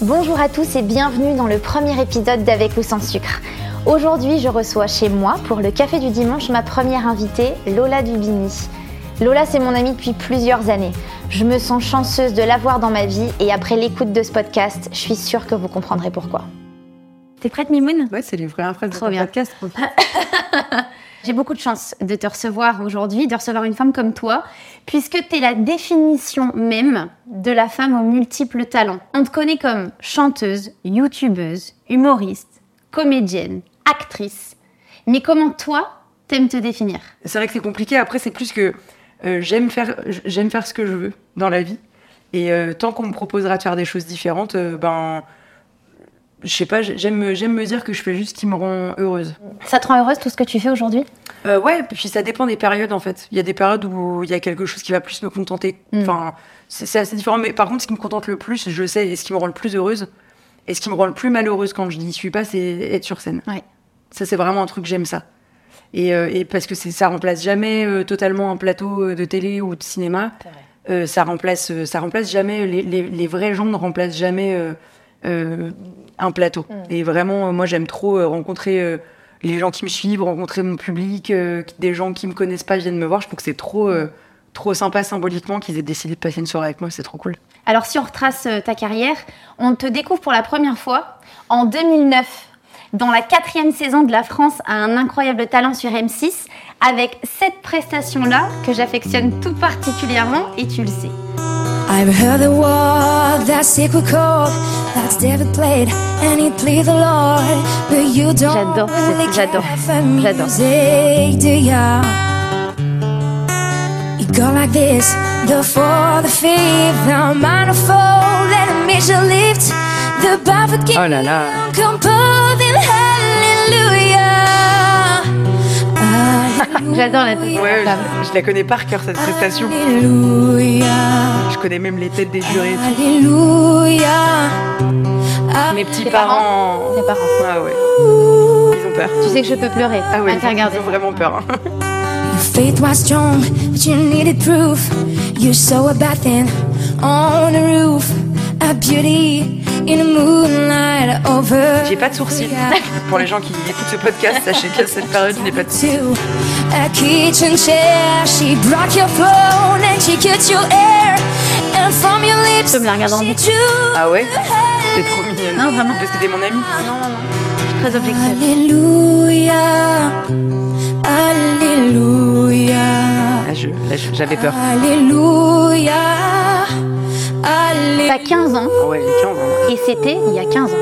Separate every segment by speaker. Speaker 1: Bonjour à tous et bienvenue dans le premier épisode d'Avec ou sans sucre. Aujourd'hui, je reçois chez moi pour le café du dimanche ma première invitée, Lola Dubini. Lola, c'est mon amie depuis plusieurs années. Je me sens chanceuse de l'avoir dans ma vie et après l'écoute de ce podcast, je suis sûre que vous comprendrez pourquoi.
Speaker 2: T'es prête, Mimoun
Speaker 3: Ouais, c'est les premières phrases de
Speaker 2: Trop
Speaker 3: ton
Speaker 2: bien. Ah.
Speaker 3: podcast. quoi.
Speaker 2: J'ai beaucoup de chance de te recevoir aujourd'hui, de recevoir une femme comme toi, puisque tu es la définition même de la femme aux multiples talents. On te connaît comme chanteuse, youtubeuse, humoriste, comédienne, actrice. Mais comment toi, t'aimes te définir
Speaker 3: C'est vrai que c'est compliqué. Après, c'est plus que euh, j'aime faire, j'aime faire ce que je veux dans la vie. Et euh, tant qu'on me proposera de faire des choses différentes, euh, ben, je sais pas. J'aime, j'aime me dire que je fais juste ce qui me rend heureuse.
Speaker 2: Ça te rend heureuse tout ce que tu fais aujourd'hui
Speaker 3: Euh, ouais, puis ça dépend des périodes en fait. Il y a des périodes où il y a quelque chose qui va plus me contenter.
Speaker 2: Mm.
Speaker 3: Enfin, c'est c'est assez différent. Mais par contre, ce qui me contente le plus, je le sais, et ce qui me rend le plus heureuse, et ce qui me rend le plus malheureuse quand je n'y suis pas, c'est être sur scène.
Speaker 2: Ouais.
Speaker 3: Ça, c'est vraiment un truc, j'aime ça. Et, euh, et parce que c'est- ça remplace jamais euh, totalement un plateau euh, de télé ou de cinéma. Euh, ça remplace, euh, ça remplace jamais les, les- les vrais gens ne remplacent jamais euh, euh, un plateau.
Speaker 2: Mm.
Speaker 3: Et vraiment, euh, moi, j'aime trop euh, rencontrer euh, les gens qui me suivent, rencontrer mon public, euh, des gens qui me connaissent pas viennent me voir. Je trouve que c'est trop, euh, trop sympa symboliquement qu'ils aient décidé de passer une soirée avec moi. C'est trop cool.
Speaker 2: Alors si on retrace euh, ta carrière, on te découvre pour la première fois en 2009 dans la quatrième saison de La France a un incroyable talent sur M6 avec cette prestation-là que j'affectionne tout particulièrement et tu le sais.
Speaker 4: I've heard the word that's secret chord that's David played and he played the Lord but you don't
Speaker 2: J'adore cette-
Speaker 4: really
Speaker 2: j'adore,
Speaker 4: care for
Speaker 2: j'adore.
Speaker 4: music, do ya? You go like this the fourth, the fifth the minor fold and a major lift the buffet
Speaker 3: Oh là là.
Speaker 4: composing hallelujah
Speaker 2: J'adore la tête.
Speaker 3: Ouais, je, je la connais par cœur cette prestation.
Speaker 4: hallelujah
Speaker 3: Je connais même les têtes des jurés.
Speaker 4: Alléluia.
Speaker 3: Mes petits
Speaker 2: Tes parents.
Speaker 3: parents.
Speaker 2: Tes parents.
Speaker 3: Ah ouais. Ils ont peur.
Speaker 2: Tu sais que je peux pleurer.
Speaker 3: Ah ouais.
Speaker 2: à te regarder.
Speaker 3: Ils ont vraiment peur. hein.
Speaker 4: Your faith was strong, but you needed proof. You saw a bad thing on the roof. A beauty in the moonlight over.
Speaker 3: J'ai pas de sourcils. Pour les gens qui écoutent ce podcast, sachez qu'à cette période, je n'ai pas de sourcils.
Speaker 4: To a kitchen chair, she brought your phone and she cut your hair. And from your lips,
Speaker 2: peux me la regarder en
Speaker 4: she
Speaker 2: boucle.
Speaker 4: drew.
Speaker 3: Ah ouais T'es trop mignonne.
Speaker 2: Non, vraiment.
Speaker 3: Parce que t'es mon amie.
Speaker 2: Non, non, non. Je suis très objective.
Speaker 4: Alléluia. Alléluia.
Speaker 3: Ah, je- là, je- j'avais peur.
Speaker 4: Alléluia. Alléluia.
Speaker 2: T'as 15 ans
Speaker 3: Ah ouais, les 15 ans.
Speaker 2: et c'était il y a 15 ans.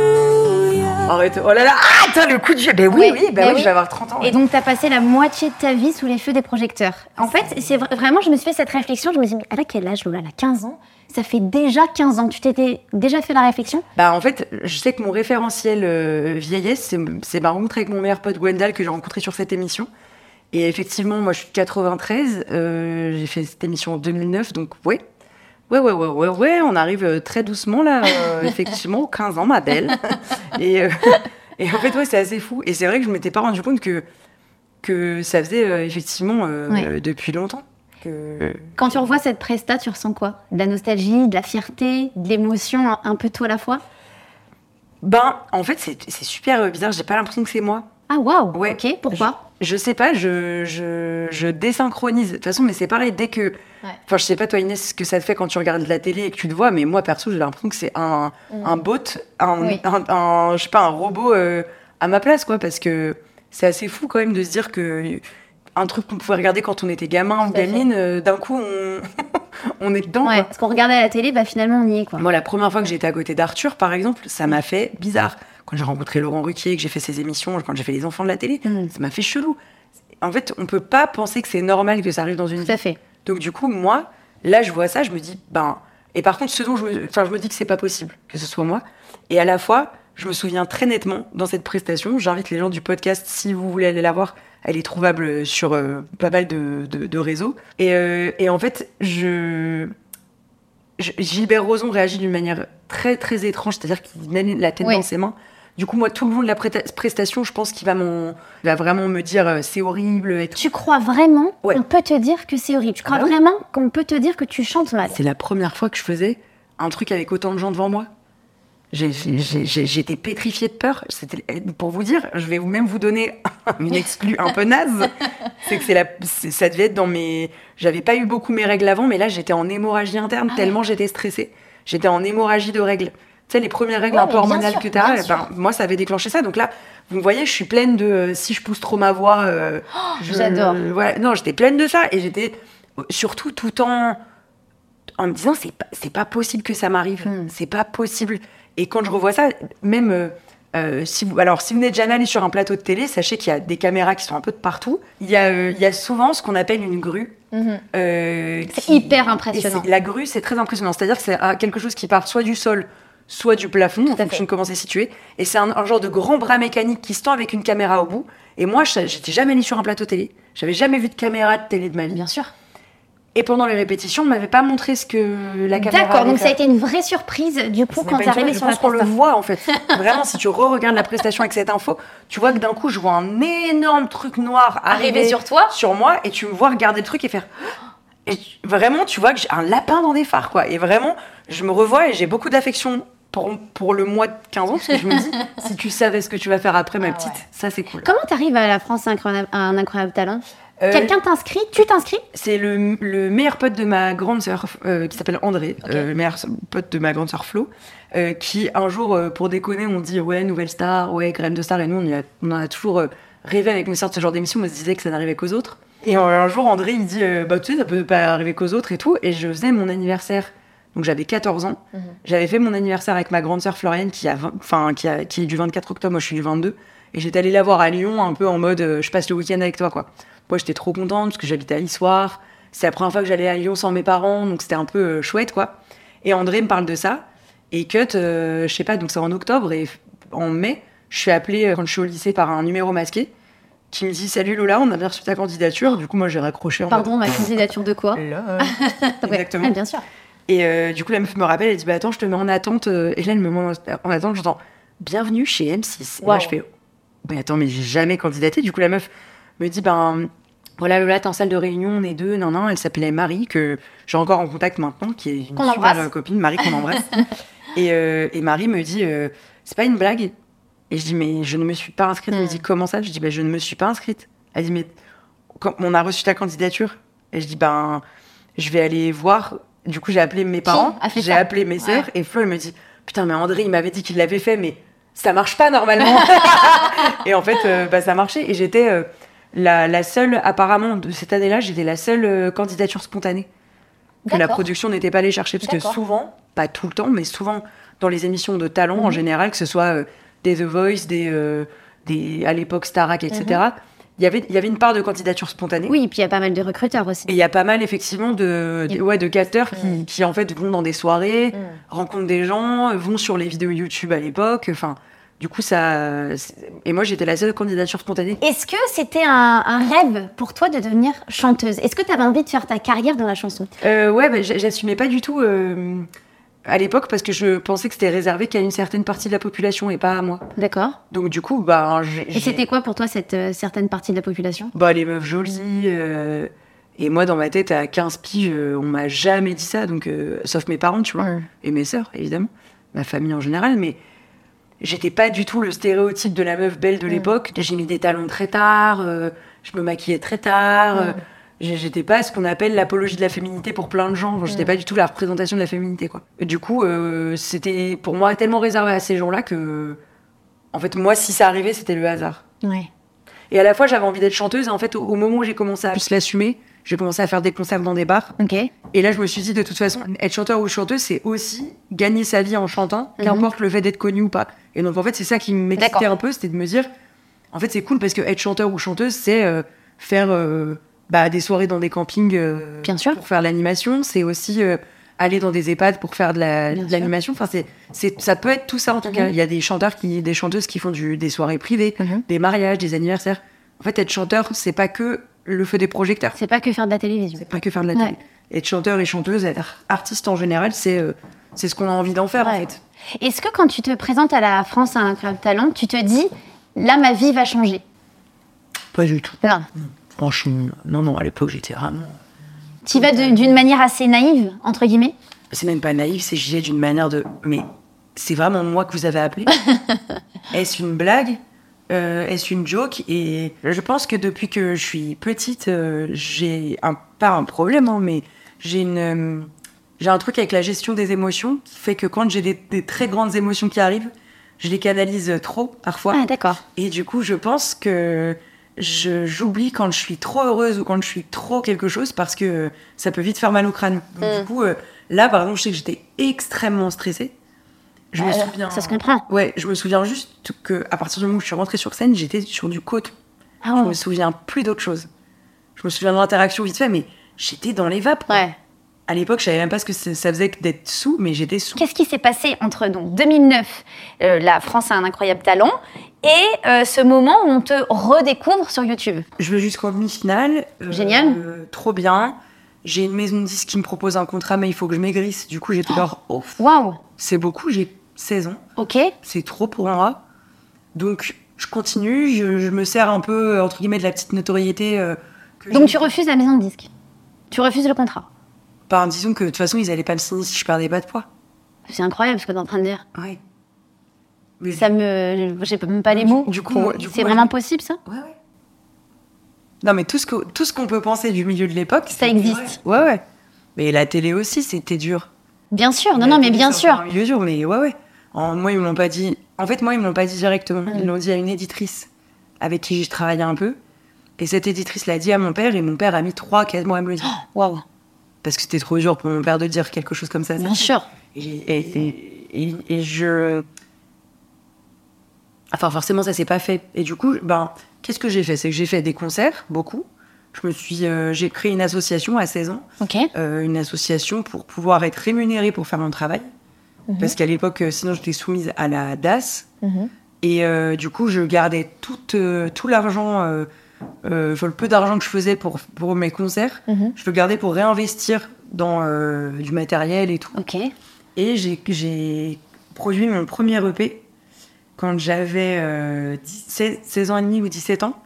Speaker 3: Arrête. Oh là là. Ah, putain, le coup de jeu. Ben oui,
Speaker 2: Ouais,
Speaker 3: oui,
Speaker 2: bah
Speaker 3: ben oui,
Speaker 2: oui.
Speaker 3: je vais avoir 30 ans.
Speaker 2: Et donc, tu as passé la moitié de ta vie sous les feux des projecteurs. En fait, c'est vra- vraiment, je me suis fait cette réflexion. Je me suis dit, mais elle a quel âge, Lola Elle a 15 ans Ça fait déjà 15 ans. Tu t'étais déjà fait la réflexion
Speaker 3: Bah en fait, je sais que mon référentiel euh, vieillesse, c'est- c'est ma rencontre avec mon meilleur pote Gwendal que j'ai rencontré sur cette émission. Et effectivement, moi je suis de 93, euh, j'ai fait cette émission en 2009, donc ouais. Ouais, ouais, ouais, ouais, ouais, on arrive euh, très doucement là, euh, effectivement, aux 15 ans, ma belle. et, euh, et en fait, ouais, c'est assez fou. Et c'est vrai que je m'étais pas rendu compte que, que ça faisait euh, effectivement euh,
Speaker 2: Ouais.
Speaker 3: euh, depuis longtemps. Que...
Speaker 2: Quand tu revois cette presta, tu ressens quoi De la nostalgie, de la fierté, de l'émotion, un- un peu tout à la fois
Speaker 3: Ben, en fait, c'est c'est super euh, bizarre, j'ai pas l'impression que c'est moi.
Speaker 2: Ah, waouh
Speaker 3: Ouais.
Speaker 2: Ok, pourquoi
Speaker 3: Je sais pas, je, je, je désynchronise. De toute façon, mais c'est pareil, dès que. Enfin, je sais pas, toi, Inès, ce que ça te fait quand tu regardes la télé et que tu te vois, mais moi, perso, j'ai l'impression que c'est un, un bot, un,
Speaker 2: Mm. Oui.
Speaker 3: un- un- je sais pas, un robot euh, à ma place, quoi, parce que c'est assez fou quand même de se dire que. Un truc qu'on pouvait regarder quand on était gamin ou
Speaker 2: Tout à fait.
Speaker 3: gamine, euh, d'un coup, on, on est dedans.
Speaker 2: Ouais,
Speaker 3: quoi.
Speaker 2: ce qu'on regardait à la télé, bah finalement, on y est, quoi.
Speaker 3: Moi, la première fois que j'étais à côté d'Arthur, par exemple, ça m'a fait bizarre. Quand j'ai rencontré Laurent Ruquier, que j'ai fait ses émissions, quand j'ai fait Les Enfants de la télé,
Speaker 2: Mm.
Speaker 3: ça m'a fait chelou. En fait, on peut pas penser que c'est normal que ça arrive dans une
Speaker 2: Tout à
Speaker 3: vie.
Speaker 2: fait.
Speaker 3: Donc, du coup, moi, là, je vois ça, je me dis, ben. Et par contre, ce dont je me, enfin, je me dis que c'est pas possible que ce soit moi. Et à la fois, je me souviens très nettement dans cette prestation. J'invite les gens du podcast, si vous voulez aller la voir, elle est trouvable sur euh, pas mal de, de- de réseaux. Et, euh, et en fait, je. Je- Gilbert Rozon réagit d'une manière très très étrange, c'est-à-dire qu'il met la tête
Speaker 2: Oui.
Speaker 3: dans ses mains. Du coup, moi, tout le long de la preta- prestation, je pense qu'il va, m'en- il va vraiment me dire euh, c'est horrible. et tout.
Speaker 2: Tu crois vraiment
Speaker 3: Ouais.
Speaker 2: qu'on peut te dire que c'est horrible Tu crois
Speaker 3: Ah bah oui.
Speaker 2: vraiment qu'on peut te dire que tu chantes mal
Speaker 3: C'est la première fois que je faisais un truc avec autant de gens devant moi. J'ai- j'ai- j'ai- j'ai- J'étais pétrifiée de peur. C'était- Pour vous dire, je vais vous- même vous donner une exclue un peu naze. C'est que c'est la, c'est- ça devait être dans mes. J'avais pas eu beaucoup mes règles avant, mais là j'étais en hémorragie interne
Speaker 1: Ah
Speaker 3: tellement j'étais stressée. J'étais en hémorragie de règles. Tu sais, les premières règles
Speaker 1: Ouais,
Speaker 3: un
Speaker 1: mais
Speaker 3: peu
Speaker 1: bien
Speaker 3: hormonales
Speaker 1: sûr,
Speaker 3: que
Speaker 1: bien
Speaker 3: t'as, eh
Speaker 1: sûr.
Speaker 3: ben, moi ça avait déclenché ça. Donc là, vous voyez, je suis pleine de. euh, si je pousse trop ma voix. euh,
Speaker 1: Oh,
Speaker 3: je-
Speaker 2: j'adore.
Speaker 3: voilà. Non, j'étais pleine de ça et j'étais surtout tout en en me disant c'est pas, c'est pas possible que ça m'arrive,
Speaker 2: Hmm.
Speaker 3: c'est pas possible. Et quand je revois ça, même euh, euh, si vous alors si vous n'êtes jamais allé sur un plateau de télé, sachez qu'il y a des caméras qui sont un peu de partout. Il y a euh, il y a souvent ce qu'on appelle une grue. euh,
Speaker 2: Mhm. C'est
Speaker 3: qui-
Speaker 2: hyper
Speaker 3: et
Speaker 2: impressionnant.
Speaker 3: c'est- La grue c'est très impressionnant, c'est-à-dire que c'est ah, quelque chose qui part soit du sol soit du plafond, en
Speaker 2: fait.
Speaker 3: fonction de comment c'est situé. Et c'est un, un genre de grand bras mécanique qui se tend avec une caméra au bout. Et moi, je- j'étais jamais allée sur un plateau télé. J'avais jamais vu de caméra de télé de ma vie.
Speaker 2: Bien sûr.
Speaker 3: Et pendant les répétitions, on m'avait pas montré ce que la caméra.
Speaker 2: D'accord,
Speaker 3: allait
Speaker 2: donc ça a
Speaker 3: faire.
Speaker 2: été une vraie surprise du coup
Speaker 3: Ce n'est
Speaker 2: quand
Speaker 3: pas
Speaker 2: t'es
Speaker 3: une
Speaker 2: arrivé
Speaker 3: surprise,
Speaker 2: sur la
Speaker 3: je pense qu'on le
Speaker 2: presta.
Speaker 3: voit en fait. Vraiment, si tu re-regardes la prestation avec cette info, tu vois que d'un coup, je vois un énorme truc noir arriver
Speaker 2: Arriver sur toi.
Speaker 3: sur moi, et tu me vois regarder le truc et faire. Et tu- vraiment, tu vois que j'ai un lapin dans des phares, quoi. Et vraiment, je me revois et j'ai beaucoup d'affection pour, pour le mois de 15 ans, parce que je me dis, si tu savais ce que tu vas faire après, ma
Speaker 1: Ah
Speaker 3: petite,
Speaker 1: ouais.
Speaker 3: ça c'est cool.
Speaker 2: Comment t'arrives à la France incroyable- à un incroyable talent
Speaker 3: Euh,
Speaker 2: Quelqu'un t'inscrit Tu t'inscris
Speaker 3: C'est le, le meilleur pote de ma grande sœur euh, qui s'appelle André, euh, le meilleur pote de ma grande sœur Flo, euh, qui un jour, euh, pour déconner, on dit ouais, nouvelle star, ouais, graine de star, et nous on, y a- on en a toujours euh, rêvé avec mes sœurs de ce genre d'émission, on se disait que ça n'arrivait qu'aux autres. Et euh, un, un jour, André il dit euh, bah tu sais, ça peut pas arriver qu'aux autres et tout, et je faisais mon anniversaire. Donc j'avais 14 ans, j'avais fait mon anniversaire avec ma grande sœur Floriane qui, a vingt- enfin, qui, a- qui est du 24 octobre, moi je suis le 22, et j'étais allée la voir à Lyon un peu en mode euh, je passe le week-end avec toi quoi. Moi j'étais trop contente parce que j'habitais à Issoire, c'est la première fois que j'allais à Lyon sans mes parents, donc c'était un peu euh, chouette quoi. Et André me parle de ça, et cut, euh, je sais pas, donc c'est en octobre et f- en mai, je suis appelée euh, quand je suis au lycée par un numéro masqué qui me dit salut Lola, on a bien reçu ta candidature, du coup moi j'ai raccroché en mode,
Speaker 2: Pardon, ma candidature de quoi
Speaker 3: Lol.
Speaker 2: Ouais.
Speaker 3: Exactement.
Speaker 2: Ah, bien sûr.
Speaker 3: Et euh, du coup, la meuf me rappelle, elle dit Bah attends, je te mets en attente. euh. Et là, elle me met en en attente, j'entends Bienvenue chez M6. Et moi,
Speaker 1: Wow.
Speaker 3: je fais Mais attends, mais j'ai jamais candidaté. Du coup, la meuf me dit Ben voilà, Lola, t'es en salle de réunion, on est deux. Non, non, elle s'appelait Marie, que j'ai encore en contact maintenant, qui est une
Speaker 2: Qu'on
Speaker 3: super
Speaker 2: embrasse.
Speaker 3: euh, copine, Marie qu'on embrasse. et, euh, et Marie me dit euh, C'est pas une blague Et je dis Mais je ne me suis pas inscrite.
Speaker 1: Hmm.
Speaker 3: Elle me dit Comment ça Je dis Bah je ne me suis pas inscrite. Elle dit Mais quand on a reçu ta candidature. Et je dis, ben, je vais aller voir. Du coup, j'ai appelé mes parents,
Speaker 1: Ah,
Speaker 2: a fait
Speaker 3: j'ai
Speaker 2: ça
Speaker 3: appelé mes sœurs, et Flo, elle me dit, putain, mais André, il m'avait dit qu'il l'avait fait, mais ça marche pas normalement. et en fait, euh, bah, ça marchait. Et j'étais euh, la, la seule, apparemment, de cette année-là, j'étais la seule euh, candidature spontanée que la
Speaker 1: D'accord.
Speaker 3: production n'était pas allée chercher. Parce que
Speaker 1: D'accord.
Speaker 3: souvent, pas tout le temps, mais souvent, dans les émissions de talent
Speaker 2: Mhm.
Speaker 3: en général, que ce soit euh, des The Voice, des, euh, des à l'époque Starac, etc., il y avait- il y avait une part de candidature spontanée.
Speaker 2: Mhm. Oui, et puis il y a pas mal de recruteurs aussi.
Speaker 3: Et il y a pas mal, effectivement, de, de- ouais, de capteurs qui, qui, en fait, vont dans des soirées,
Speaker 2: Mm.
Speaker 3: rencontrent des gens, vont sur les vidéos YouTube à l'époque. Enfin, du coup, ça. c'est- Et moi, j'étais la seule candidature spontanée.
Speaker 2: Est-ce que c'était un, un rêve pour toi de devenir chanteuse Est-ce que tu avais envie de faire ta carrière dans la chanson
Speaker 3: Euh, ouais, bah, j'a- j'assumais pas du tout euh, à l'époque parce que je pensais que c'était réservé qu'à une certaine partie de la population et pas à moi.
Speaker 2: D'accord.
Speaker 3: Donc, du coup, bah. j'ai-
Speaker 2: Et
Speaker 3: j'ai-
Speaker 2: c'était quoi pour toi cette euh, certaine partie de la population
Speaker 3: Bah, les meufs jolies. euh, Et moi, dans ma tête, à 15 piges, euh, on m'a jamais dit ça, donc, euh, sauf mes parents, tu vois, et mes sœurs, évidemment, ma famille en général, mais j'étais pas du tout le stéréotype de la meuf belle de l'époque. J'ai mis des talons très tard, euh, je me maquillais très tard, euh, j'ai- j'étais pas ce qu'on appelle l'apologie de la féminité pour plein de gens, Enfin, j'étais pas du tout la représentation de la féminité, quoi. Et du coup, euh, c'était pour moi tellement réservé à ces gens-là que, en fait, moi, si ça arrivait, c'était le hasard.
Speaker 2: Ouais.
Speaker 3: Et à la fois, j'avais envie d'être chanteuse. Et en fait, au, au moment où j'ai commencé à plus l'assumer, j'ai commencé à faire des concerts dans des bars.
Speaker 2: Ok.
Speaker 3: Et là, je me suis dit, de toute façon, être chanteur ou chanteuse, c'est aussi gagner sa vie en chantant,
Speaker 2: Mhm.
Speaker 3: qu'importe le fait d'être connu ou pas. Et donc, en fait, c'est ça qui m'excitait
Speaker 1: D'accord.
Speaker 3: un peu, c'était de me dire, en fait, c'est cool parce que être chanteur ou chanteuse, c'est euh, faire euh, bah, des soirées dans des campings euh,
Speaker 2: Bien sûr.
Speaker 3: pour faire l'animation. C'est aussi euh, aller dans des EHPAD pour faire de la-
Speaker 2: Bien
Speaker 3: de l'animation. Enfin, c'est, c'est, ça peut être tout ça en tout cas. Il y a des chanteurs qui, des chanteuses qui font du, des soirées privées,
Speaker 2: Mhm.
Speaker 3: des mariages, des anniversaires. En fait, être chanteur, c'est pas que le feu des projecteurs
Speaker 2: C'est pas que faire de la télévision.
Speaker 3: c'est pas que faire de la
Speaker 2: Ouais.
Speaker 3: télé. Être chanteur et chanteuse, être artiste en général, c'est euh, c'est ce qu'on a envie d'en faire en
Speaker 2: Ouais.
Speaker 3: fait.
Speaker 2: Est-ce que quand tu te présentes à la France à un incroyable talent, tu te dis là ma vie va changer
Speaker 3: Pas du tout.
Speaker 2: Non.
Speaker 3: Franchement, non, non, à l'époque j'étais vraiment.
Speaker 2: Tu y vas de- d'une manière assez naïve entre guillemets.
Speaker 3: C'est même pas naïf, c'est j'y vais d'une manière de. Mais c'est vraiment moi que vous avez appelé Est-ce une blague Euh, Est-ce une joke Et je pense que depuis que je suis petite, euh, j'ai un, pas un problème, hein, mais j'ai une, euh, j'ai un truc avec la gestion des émotions qui fait que quand j'ai des, des très grandes émotions qui arrivent, je les canalise euh, trop parfois.
Speaker 2: Ah, d'accord.
Speaker 3: Et du coup, je pense que je- j'oublie quand je suis trop heureuse ou quand je suis trop quelque chose parce que ça peut vite faire mal au crâne. Donc,
Speaker 2: Mm.
Speaker 3: Du coup, euh, là, par exemple, je sais que j'étais extrêmement stressée. Je me
Speaker 2: Euh,
Speaker 3: souviens.
Speaker 2: Ça se comprend.
Speaker 3: Ouais, je me souviens juste que à partir du moment où je suis rentrée sur scène, j'étais sur du coton.
Speaker 2: Ah,
Speaker 3: Je
Speaker 2: ouais.
Speaker 3: me souviens plus d'autre chose. Je me souviens de l'interaction vite fait, mais j'étais dans les vapes. quoi.
Speaker 2: Ouais.
Speaker 3: À l'époque, je savais même pas ce que ça ça faisait que d'être sous, mais j'étais sous.
Speaker 2: Qu'est-ce qui s'est passé entre donc 2009, euh, la France a un incroyable talent, et euh, ce moment où on te redécouvre sur YouTube
Speaker 3: Je veux jusqu'en demi-finale. Euh,
Speaker 2: Génial.
Speaker 3: euh, trop bien. J'ai une maison de disques qui me propose un contrat, mais il faut que je maigrisse. Du coup, j'étais genre, oh,
Speaker 2: Waouh
Speaker 3: c'est beaucoup, j'ai 16 ans.
Speaker 2: Ok.
Speaker 3: c'est trop pour un rat. Donc, je continue, je, je me sers un peu, euh, entre guillemets, de la petite notoriété. euh, que
Speaker 2: Donc tu
Speaker 3: j'ai-
Speaker 2: refuses la maison de disque. Tu refuses le contrat.
Speaker 3: Enfin, disons que de toute façon, ils allaient pas me signer si je perdais pas de poids.
Speaker 2: C'est incroyable ce que tu es en train de dire.
Speaker 3: Ouais. Mais
Speaker 2: Ça me. J'ai même pas les mots.
Speaker 3: Du coup, moi- du coup,
Speaker 2: c'est
Speaker 3: moi,
Speaker 2: vraiment
Speaker 3: je-
Speaker 2: possible ça
Speaker 3: Ouais, ouais. Non, mais tout ce que- tout ce qu'on peut penser du milieu de l'époque.
Speaker 2: Ça
Speaker 3: c'est-
Speaker 2: existe.
Speaker 3: Ouais, ouais. Mais la télé aussi, c'était dur.
Speaker 2: Bien sûr, non,
Speaker 3: La
Speaker 2: non, mais
Speaker 3: télé,
Speaker 2: bien
Speaker 3: ça
Speaker 2: sûr.
Speaker 3: fait un milieu dur, mais ouais, ouais. En- moi, ils me l'ont pas dit. En fait, moi, ils me l'ont pas dit directement. Ils l'ont dit à une éditrice avec qui je travaillais un peu. Et cette éditrice l'a dit à mon père, et mon père a mis 3-4 mois à me le dire.
Speaker 2: Waouh,
Speaker 3: Parce que c'était trop dur pour mon père de dire quelque chose comme ça.
Speaker 2: bien sûr.
Speaker 3: Et, et- et- et je. Enfin, forcément, ça s'est pas fait. Et du coup, ben, qu'est-ce que j'ai fait C'est que j'ai fait des concerts, beaucoup. Je me suis, euh, j'ai créé une association à 16 ans
Speaker 2: Ok.
Speaker 3: euh, une association pour pouvoir être rémunérée pour faire mon travail. Parce qu'à l'époque, euh, sinon, j'étais soumise à la DAS. Et euh, du coup, je gardais tout, euh, tout l'argent, euh, euh, enfin, le peu d'argent que je faisais pour, pour mes concerts, je le gardais pour réinvestir dans euh, du matériel et tout.
Speaker 2: Ok.
Speaker 3: Et j'ai- j'ai produit mon premier EP quand j'avais euh, 17 16 ans et demi ou 17 ans.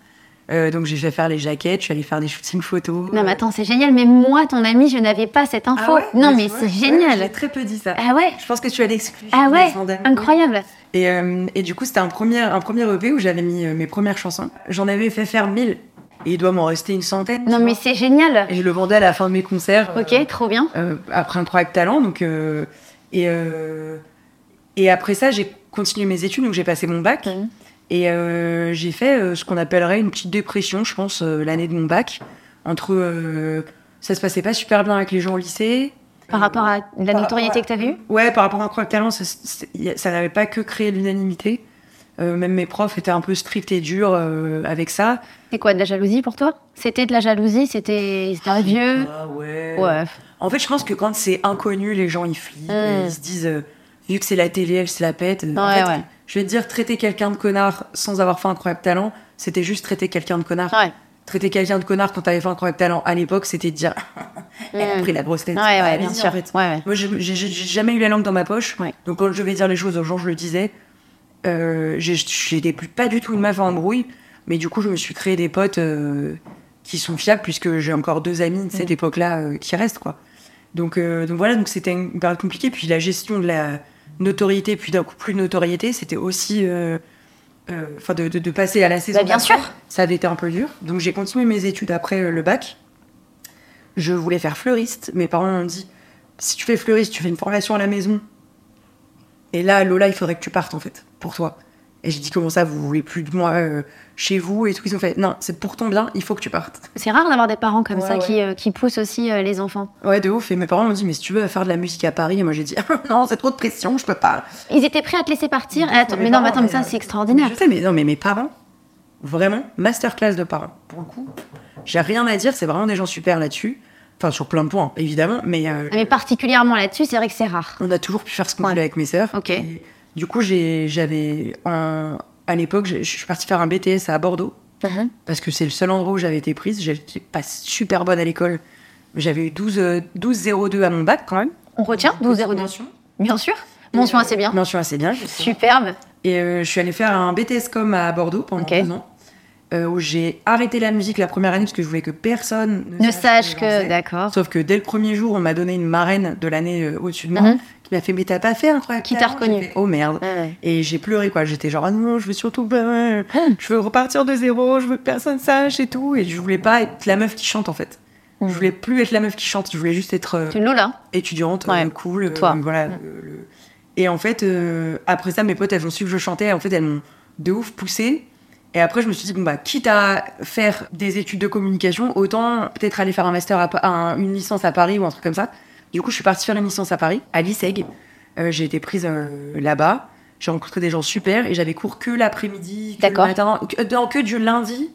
Speaker 3: Euh, donc j'ai fait faire les jaquettes, je suis allée faire des shootings photos.
Speaker 2: Non, mais attends, c'est génial. Mais moi, ton ami, je n'avais pas cette
Speaker 3: Ah
Speaker 2: info.
Speaker 3: ouais
Speaker 2: non, mais
Speaker 3: tu vois,
Speaker 2: c'est
Speaker 3: ouais,
Speaker 2: génial.
Speaker 3: J'ai très peu dit ça.
Speaker 2: Ah ouais
Speaker 3: Je pense que tu as l'exclu.
Speaker 2: Ah ouais
Speaker 3: Vincent Damier.
Speaker 2: Incroyable.
Speaker 3: Et, euh, et du coup, c'était un premier, un premier EP où j'avais mis euh, mes premières chansons. J'en avais fait faire mille. Et il doit m'en rester une centaine.
Speaker 2: Non,
Speaker 3: tu
Speaker 2: mais
Speaker 3: vois.
Speaker 2: c'est génial.
Speaker 3: Et je le vendais à la fin de mes concerts. euh,
Speaker 2: Ok, trop bien.
Speaker 3: euh, après un avec talent. Donc, euh, et, euh, et après ça, j'ai continué mes études, donc j'ai passé mon bac.
Speaker 2: Mhm.
Speaker 3: Et euh, j'ai fait euh, ce qu'on appellerait une petite dépression, je pense, euh, l'année de mon bac. Entre. euh, ça se passait pas super bien avec les gens au lycée.
Speaker 2: Par rapport à la
Speaker 3: Par-
Speaker 2: notoriété
Speaker 3: ouais.
Speaker 2: que tu avais eue
Speaker 3: Ouais, par rapport à Incroyable Talent, ça, c'est- y a- ça n'avait pas que créé l'unanimité. Euh, même mes profs étaient un peu stricts et durs euh, avec ça.
Speaker 2: C'est quoi, de la jalousie pour toi C'était de la jalousie, c'était c'était un vieux.
Speaker 3: ouais.
Speaker 2: Ouais.
Speaker 3: En fait, je pense que quand c'est inconnu, les gens ils flippent, et ils se disent, euh, vu que c'est la télé, elle se la pète. En
Speaker 2: Hmm. Ouais,
Speaker 3: fait,
Speaker 2: ouais.
Speaker 3: Je vais te dire, traiter quelqu'un de connard sans avoir fait Incroyable Talent, c'était juste traiter quelqu'un de connard.
Speaker 2: Ouais.
Speaker 3: Traiter quelqu'un de connard quand t'avais fait Incroyable Talent à l'époque, c'était de dire, elle a
Speaker 2: Mm.
Speaker 3: pris la grosse tête.
Speaker 2: Ouais, ouais,
Speaker 3: Allez-y,
Speaker 2: bien
Speaker 3: en
Speaker 2: sûr.
Speaker 3: fait.
Speaker 2: Ouais, ouais.
Speaker 3: Moi, j'ai j'ai- j'ai jamais eu la langue dans ma poche.
Speaker 2: Ouais.
Speaker 3: Donc, quand je vais dire les choses aux gens, je le disais. Euh, j'ai- J'étais plus- pas du tout une meuf en embrouille. Mais du coup, je me suis créé des potes euh, qui sont fiables, puisque j'ai encore deux amis de cette époque-là euh, qui restent, quoi. Donc, euh, donc voilà, donc c'était une période compliquée. Puis la gestion de la notoriété, puis d'un coup plus de notoriété, c'était aussi. euh, euh, Enfin, de, de- de passer à la saison.
Speaker 1: bien
Speaker 3: d'après,
Speaker 1: sûr.
Speaker 3: Ça avait été un peu dur. Donc j'ai continué mes études après euh, le bac. Je voulais faire fleuriste. Mes parents m'ont dit si tu fais fleuriste, tu fais une formation à la maison. Et là, Lola, il faudrait que tu partes, en fait, pour toi. Et j'ai dit comment ça, vous voulez plus de moi euh, chez vous et tout. Ils ont fait non, c'est pour ton bien, il faut que tu partes.
Speaker 2: C'est rare d'avoir des parents comme
Speaker 3: Ouais,
Speaker 2: ça
Speaker 3: ouais.
Speaker 2: Qui, euh, qui poussent aussi euh, les enfants.
Speaker 3: Ouais, de ouf. Et mes parents m'ont dit, mais si tu veux faire de la musique à Paris, et moi j'ai dit, non, c'est trop de pression, je peux pas.
Speaker 2: Ils étaient prêts à te laisser partir.
Speaker 3: Mais
Speaker 2: Attends, mais
Speaker 3: mes
Speaker 2: non,
Speaker 3: parents,
Speaker 2: mais attends, mais
Speaker 3: mais
Speaker 2: ça,
Speaker 3: euh,
Speaker 2: c'est extraordinaire.
Speaker 3: Je sais, mais non, mais mes parents, vraiment, masterclass de parents. Pour le coup, j'ai rien à dire, c'est vraiment des gens super là-dessus. Enfin, sur plein de points, évidemment, mais. euh,
Speaker 2: Mais particulièrement là-dessus, c'est vrai que c'est rare.
Speaker 3: On a toujours pu faire ce qu'on voulait avec mes sœurs.
Speaker 2: Ok.
Speaker 3: Et Du coup, j'ai- j'avais un- à l'époque, j'ai- je suis partie faire un BTS à Bordeaux parce que c'est le seul endroit où j'avais été prise. J'étais pas super bonne à l'école. J'avais eu 12, euh, 12,02 à mon bac quand même.
Speaker 2: On retient 12 02. Bien sûr. Mention assez bien.
Speaker 3: Mention assez bien.
Speaker 2: Superbe.
Speaker 3: Et euh, je suis allée faire un BTS com à Bordeaux pendant
Speaker 2: Ok.
Speaker 3: deux ans euh, où j'ai arrêté la musique la première année parce que je voulais que personne
Speaker 2: Ne sache
Speaker 3: j'en
Speaker 2: que.
Speaker 3: sais.
Speaker 2: D'accord.
Speaker 3: Sauf que dès le premier jour, on m'a donné une marraine de l'année euh, au-dessus de moi qui m'a fait mais t'as pas fait un truc
Speaker 2: Mhm. Qui t'a
Speaker 3: talent
Speaker 2: reconnu.
Speaker 3: J'ai fait, Oh merde.
Speaker 2: Ouais. Hein.
Speaker 3: Et j'ai pleuré quoi. J'étais genre Ah non, je veux surtout pas, je veux repartir de zéro, je veux que personne sache et tout. Et je voulais pas être la meuf qui chante en fait. Je voulais plus être la meuf qui chante. Je voulais juste être euh,
Speaker 2: Mhm. Tu nous là
Speaker 3: étudiante,
Speaker 5: Ouais.
Speaker 3: euh, cool, euh,
Speaker 5: Toi.
Speaker 3: voilà. euh, le- Et en fait, euh, après ça, mes potes, elles ont su que je chantais. En fait, elles m'ont de ouf poussé. Et après, je me suis dit, bon, bah, quitte à faire des études de communication, autant peut-être aller faire un master, à, Pa- un- une licence à Paris ou un truc comme ça. Du coup, je suis partie faire une licence à Paris, à l'ISEG. Euh, j'ai été prise euh, là-bas. J'ai rencontré des gens super et j'avais cours que l'après-midi, que le
Speaker 5: D'accord.
Speaker 3: matin, que, euh, non, que du lundi.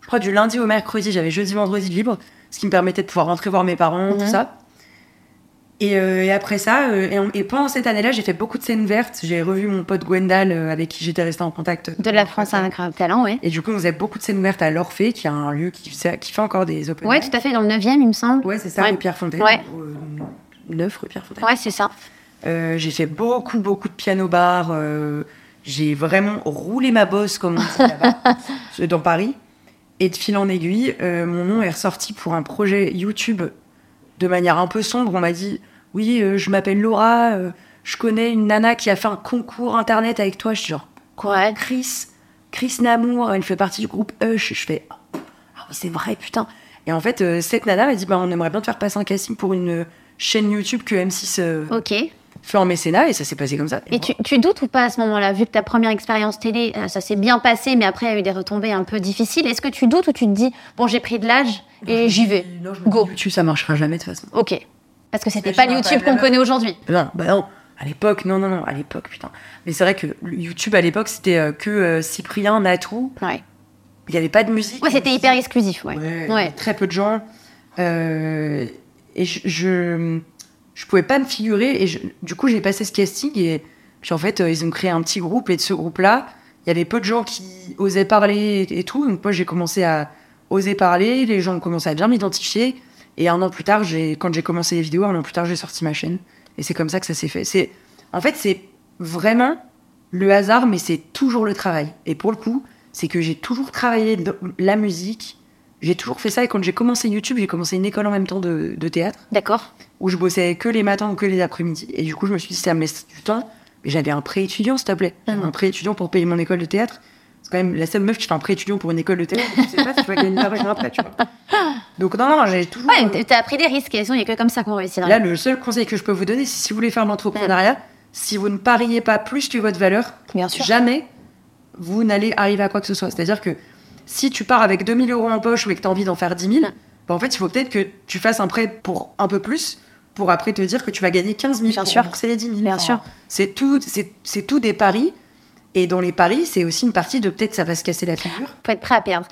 Speaker 3: Je crois du lundi au mercredi, j'avais jeudi, vendredi de libre, ce qui me permettait de pouvoir rentrer voir mes parents,
Speaker 2: Mhm.
Speaker 3: tout ça. Et, euh, et après ça, euh, et, on- et pendant cette année-là, j'ai fait beaucoup de scènes vertes. J'ai revu mon pote Gwendal, euh, avec qui j'étais restée en contact. euh,
Speaker 2: De la France avec un talent, ouais.
Speaker 3: Et du coup, on faisait beaucoup de scènes vertes à l'Orphée, qui a un lieu qui, fait- qui fait encore des open
Speaker 2: Ouais,
Speaker 3: mic.
Speaker 2: tout à fait, dans le 9 e il me semble.
Speaker 3: Ouais, c'est ça,
Speaker 2: Ouais.
Speaker 3: rue Pierre Fontaine.
Speaker 2: Ouais.
Speaker 3: Euh, neuf rue Pierre Fontaine.
Speaker 2: Ouais, c'est ça.
Speaker 3: Euh, j'ai fait beaucoup, beaucoup de piano-bar. euh, j'ai vraiment roulé ma bosse, comme on dit là-bas, euh, dans Paris. Et de fil en aiguille, euh, mon nom est ressorti pour un projet YouTube de manière un peu sombre. On m'a dit Oui, euh, je m'appelle Laura, euh, je connais une nana qui a fait un concours internet avec toi. Je suis genre
Speaker 2: Ouais.
Speaker 3: Chris, Chris Namour, elle fait partie du groupe Hush. Je fais Ah oui, c'est vrai, putain. Et en fait, euh, cette nana m'a dit bah, On aimerait bien te faire passer un casting pour une euh, chaîne YouTube que M6 euh,
Speaker 2: Ok. Et
Speaker 3: fait en mécénat et ça s'est passé comme ça.
Speaker 2: tu, tu doutes ou pas à ce moment-là, vu que ta première expérience télé, euh, ça s'est bien passé, mais après, il y a eu des retombées un peu difficiles. Est-ce que tu doutes ou tu te dis, bon, j'ai pris de l'âge et j'y vais
Speaker 3: Non, je me dis,
Speaker 2: Go.
Speaker 3: YouTube, ça marchera jamais de toute façon.
Speaker 2: Ok. Parce que c'était
Speaker 3: Mais
Speaker 2: pas
Speaker 3: tu
Speaker 2: le
Speaker 3: vas pas
Speaker 2: YouTube
Speaker 3: être la
Speaker 2: qu'on
Speaker 3: meuf.
Speaker 2: connaît aujourd'hui.
Speaker 3: Non, bah non. À l'époque, non, non, non, à l'époque, putain. Mais c'est vrai que le YouTube à l'époque, c'était euh, que euh, Cyprien, Natou.
Speaker 2: Ouais.
Speaker 3: Il n'y avait pas de musique.
Speaker 2: Ouais, c'était hyper exclusif, ouais.
Speaker 3: Ouais,
Speaker 2: Ouais.
Speaker 3: Très peu de gens. Euh, et je, je je pouvais pas me figurer. Et je- du coup, j'ai passé ce casting et puis en fait, euh, ils ont créé un petit groupe. Et de ce groupe-là, il y avait peu de gens qui osaient parler et, et tout. Donc moi, j'ai commencé à oser parler. Les gens ont commencé à bien m'identifier. Et un an plus tard, j'ai quand j'ai commencé les vidéos, un an plus tard, j'ai sorti ma chaîne. Et c'est comme ça que ça s'est fait. C'est en fait, c'est vraiment le hasard, mais c'est toujours le travail. Et pour le coup, c'est que j'ai toujours travaillé dans la musique. J'ai toujours fait ça. Et quand j'ai commencé YouTube, j'ai commencé une école en même temps de, de théâtre,
Speaker 2: D'accord.
Speaker 3: où je bossais que les matins ou que les après-midi. Et du coup, je me suis dit, ça me laisse du temps. Mais j'avais un pré-étudiant, s'il te plaît. J'avais Un pré-étudiant pour payer mon école de théâtre. C'est quand même la seule meuf qui fait un pré-étudiant pour une école de théâtre. Je sais pas si tu vas gagner de l'argent après, tu vois. Donc, non, non, j'ai toujours.
Speaker 2: Ouais, t'as- t'as pris des risques, et de toute façon, il y a que comme ça qu'on réussit. dans la-
Speaker 3: Là, le seul conseil que je peux vous donner, c'est si vous voulez faire de l'entrepreneuriat, si vous ne pariez pas plus que votre valeur,
Speaker 5: Bien sûr.
Speaker 3: jamais vous n'allez arriver à quoi que ce soit. C'est-à-dire que si tu pars avec 2000 euros en poche ou et que tu as envie d'en faire 10 000, bah, en fait, il faut peut-être que tu fasses un prêt pour un peu plus pour après te dire que tu vas gagner 15 000
Speaker 5: Bien
Speaker 3: pour
Speaker 5: sûr.
Speaker 3: rembourser les 10 000.
Speaker 5: Bien
Speaker 3: Enfin,
Speaker 5: sûr.
Speaker 3: C'est tout, c'est- c'est tout des paris. Et dans les paris, c'est aussi une partie de peut-être ça va se casser la figure.
Speaker 2: faut être prêt à perdre.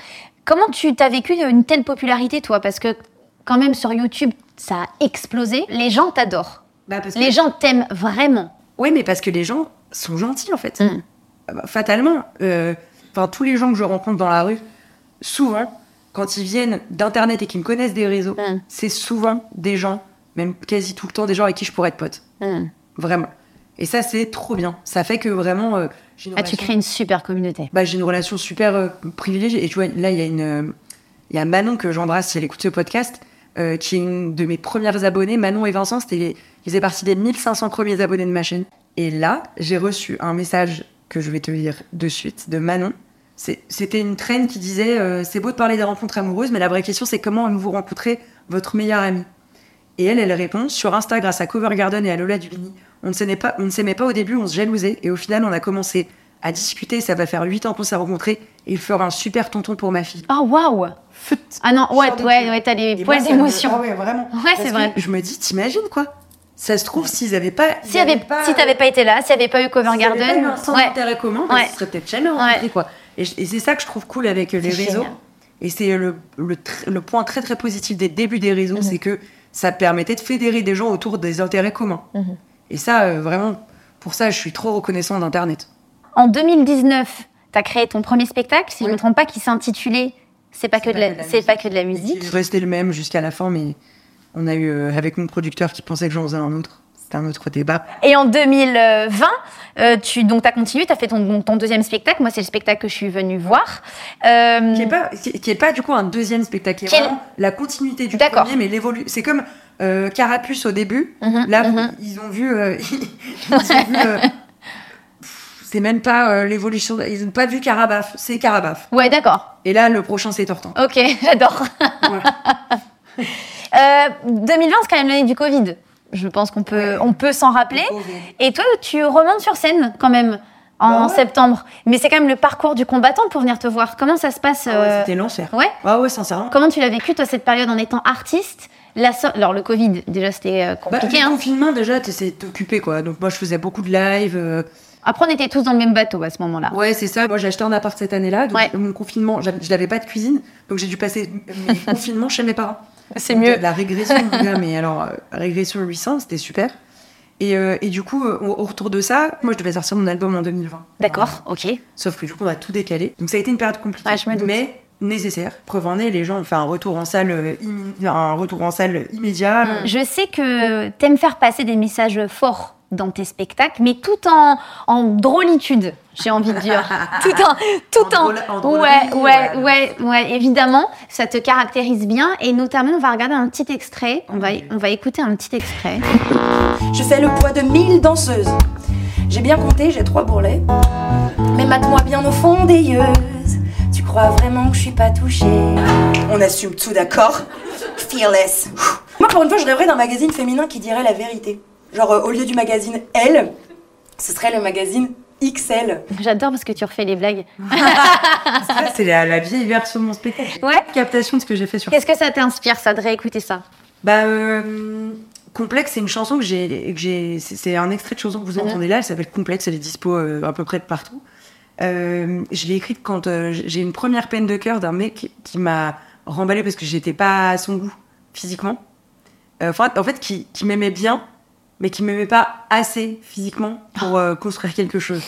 Speaker 2: Comment tu t'as vécu une telle popularité, toi Parce que quand même sur YouTube, ça a explosé. Les gens t'adorent.
Speaker 3: Bah, parce que-
Speaker 2: Les gens t'aiment vraiment.
Speaker 3: Ouais, mais parce que les gens sont gentils, en fait.
Speaker 2: Mm.
Speaker 3: Ah bah, fatalement. euh, Enfin, tous les gens que je rencontre dans la rue, souvent, quand ils viennent d'Internet et qu'ils me connaissent des réseaux,
Speaker 2: Mm.
Speaker 3: c'est souvent des gens, même quasi tout le temps, des gens avec qui je pourrais être pote. Vraiment. Et ça, c'est trop bien. Ça fait que vraiment, euh, j'ai une
Speaker 2: Ah, tu
Speaker 3: relation
Speaker 2: crées une super communauté.
Speaker 3: bah, j'ai une relation super euh, privilégiée. Et tu vois, là, il y a une, euh, il y a Manon que j'embrasse si elle écoute ce podcast, euh, qui est une de mes premières abonnées. Manon et Vincent, c'était, les- ils faisaient partie des 1500 premiers abonnés de ma chaîne. Et là, j'ai reçu un message que je vais te lire de suite de Manon. C'est- C'était une traîne qui disait euh, C'est beau de parler des rencontres amoureuses, mais la vraie question, c'est comment vous rencontrez votre meilleur ami et elle, elle répond sur Insta grâce à Cover Garden et à Lola Dubini. On ne s'aimait pas, on ne s'aimait pas au début, on se jalousait et au final on a commencé à discuter. Ça va faire 8 ans qu'on s'est rencontrés et il fera un super tonton pour ma fille.
Speaker 2: Oh, waouh Ah non, ouais,
Speaker 3: Sors de
Speaker 2: ouais,
Speaker 3: chez-
Speaker 2: ouais, t'as des
Speaker 3: Et moi,
Speaker 2: poids
Speaker 3: ça me-
Speaker 2: d'émotion.
Speaker 3: Ah ouais, vraiment.
Speaker 2: Ouais, c'est
Speaker 3: Parce que
Speaker 2: vrai.
Speaker 3: Je me dis, t'imagines quoi Ça se trouve s'ils avaient pas,
Speaker 2: Si, y avait- si t'avais pas été là, si t'avais pas eu Cover
Speaker 3: s'ils avaient pas eu
Speaker 2: Garden,
Speaker 3: un centre
Speaker 2: ouais.
Speaker 3: d'intérêt commun, bah,
Speaker 2: Ouais.
Speaker 3: ils se seraient peut-être jamais rencontrés,
Speaker 2: Ouais.
Speaker 3: quoi. Et, je- et c'est ça que je trouve cool avec euh, les
Speaker 2: C'est
Speaker 3: réseaux.
Speaker 2: génial.
Speaker 3: Et c'est euh, le, le tr- le point très très positif des débuts des réseaux,
Speaker 2: Mhm.
Speaker 3: c'est que ça permettait de fédérer des gens autour des intérêts communs.
Speaker 2: Mhm.
Speaker 3: Et ça, euh, vraiment, pour ça, je suis trop reconnaissant d'Internet.
Speaker 2: en 2019, t'as créé ton premier spectacle, si je
Speaker 3: Ouais.
Speaker 2: me trompe pas, qui s'intitulait C'est pas, que de la- c'est pas que de la musique.
Speaker 3: Je restais le même jusqu'à la fin, mais on a eu, euh, avec mon producteur qui pensait que j'en faisais un autre, c'était un autre débat.
Speaker 2: Et en 2020, euh, tu donc as continué, tu as fait ton, donc, ton deuxième spectacle. Moi, c'est le spectacle que je suis venue voir. Euh,
Speaker 3: qui est pas qui, qui est pas du coup un deuxième spectacle qui est
Speaker 2: Quel-
Speaker 3: vraiment la continuité du
Speaker 2: D'accord.
Speaker 3: premier mais l'évolution c'est comme euh, Carapuce au début. Là, ils ont vu. euh, ils ont vu, euh, pff, c'est même pas euh, l'évolution. de- Ils n'ont pas vu Carabaf. C'est Carabaf.
Speaker 1: Ouais, d'accord.
Speaker 3: Et là, le prochain, c'est Tortan.
Speaker 1: Ok, j'adore.
Speaker 3: Voilà.
Speaker 1: Euh, 2020, c'est quand même l'année du Covid. Je pense qu'on peut, on peut s'en rappeler.
Speaker 3: Oh,
Speaker 2: Euh,
Speaker 1: Et toi, tu remontes sur scène quand même en
Speaker 3: Bah ouais.
Speaker 1: septembre. Mais c'est quand même le parcours du combattant pour venir te voir. Comment ça se passe
Speaker 3: Ah ouais,
Speaker 1: euh,
Speaker 3: C'était l'enfer.
Speaker 1: ouais.
Speaker 3: Ah ouais, sincèrement.
Speaker 2: Comment tu l'as vécu, toi, cette période en étant artiste La so- Alors, le Covid, déjà, c'était euh,
Speaker 3: Bah,
Speaker 2: compliqué.
Speaker 3: le
Speaker 2: hein.
Speaker 3: confinement, déjà, t'essayes de t'occuper, quoi. Donc, moi, je faisais beaucoup de live. euh,
Speaker 2: Après, on était tous dans le même bateau à ce moment-là.
Speaker 3: Ouais, c'est ça. Moi, j'ai acheté un appart cette année-là. Donc,
Speaker 2: Ouais.
Speaker 3: mon confinement, j'avais- je n'avais pas de cuisine. Donc, j'ai dû passer mes confinements chez mes parents.
Speaker 1: C'est
Speaker 3: Donc,
Speaker 1: mieux.
Speaker 3: La régression, mon gars, mais alors, euh, régression 800, c'était super. Et, euh, et du coup, euh, au, au retour de ça, moi, je devais sortir mon album en 2020.
Speaker 2: D'accord, ok.
Speaker 3: Sauf que du coup, on a tout décalé. Donc, ça a été une période compliquée.
Speaker 2: Ouais, je me doute.
Speaker 3: mais nécessaire. Preuve en est, les gens ont fait un retour en salle, euh, immé- un retour en salle immédiat.
Speaker 2: Je sais que t'aimes faire passer des messages forts dans tes spectacles, mais tout en, en drôlitude, j'ai envie de dire. tout en, tout
Speaker 3: En
Speaker 2: en,
Speaker 3: drôle- en drôlerie,
Speaker 2: ouais, ouais,
Speaker 3: ouais.
Speaker 2: ouais, ouais, évidemment, ça te caractérise bien, et notamment, on va regarder un petit extrait. On va, on va écouter un petit extrait.
Speaker 5: Je fais le poids de mille danseuses. J'ai bien compté, j'ai trois bourrelets. Mais mate-moi bien au fond des yeux. Tu crois vraiment que je suis pas touchée On assume tout, d'accord Fearless. Moi, pour une fois, je rêverais d'un magazine féminin qui dirait la vérité. Genre, euh, au lieu du magazine Elle, ce serait le magazine XL.
Speaker 2: J'adore parce que tu refais les blagues.
Speaker 3: Ça, c'est la, la vieille version de mon spectacle.
Speaker 2: Ouais.
Speaker 3: Captation de ce que j'ai fait sur
Speaker 2: Qu'est-ce que ça t'inspire, ça, de réécouter ça
Speaker 3: Bah, euh, Complexe, c'est une chanson que j'ai. que j'ai- C'est c'est un extrait de chanson que vous entendez là, elle s'appelle Complexe, elle est dispo euh, à peu près de partout. Euh, je l'ai écrite quand euh, j'ai une première peine de cœur d'un mec qui m'a remballé parce que j'étais pas à son goût physiquement. Euh, Enfin, en fait, qui, qui m'aimait bien, mais qui m'aimait pas assez physiquement pour euh, construire quelque chose.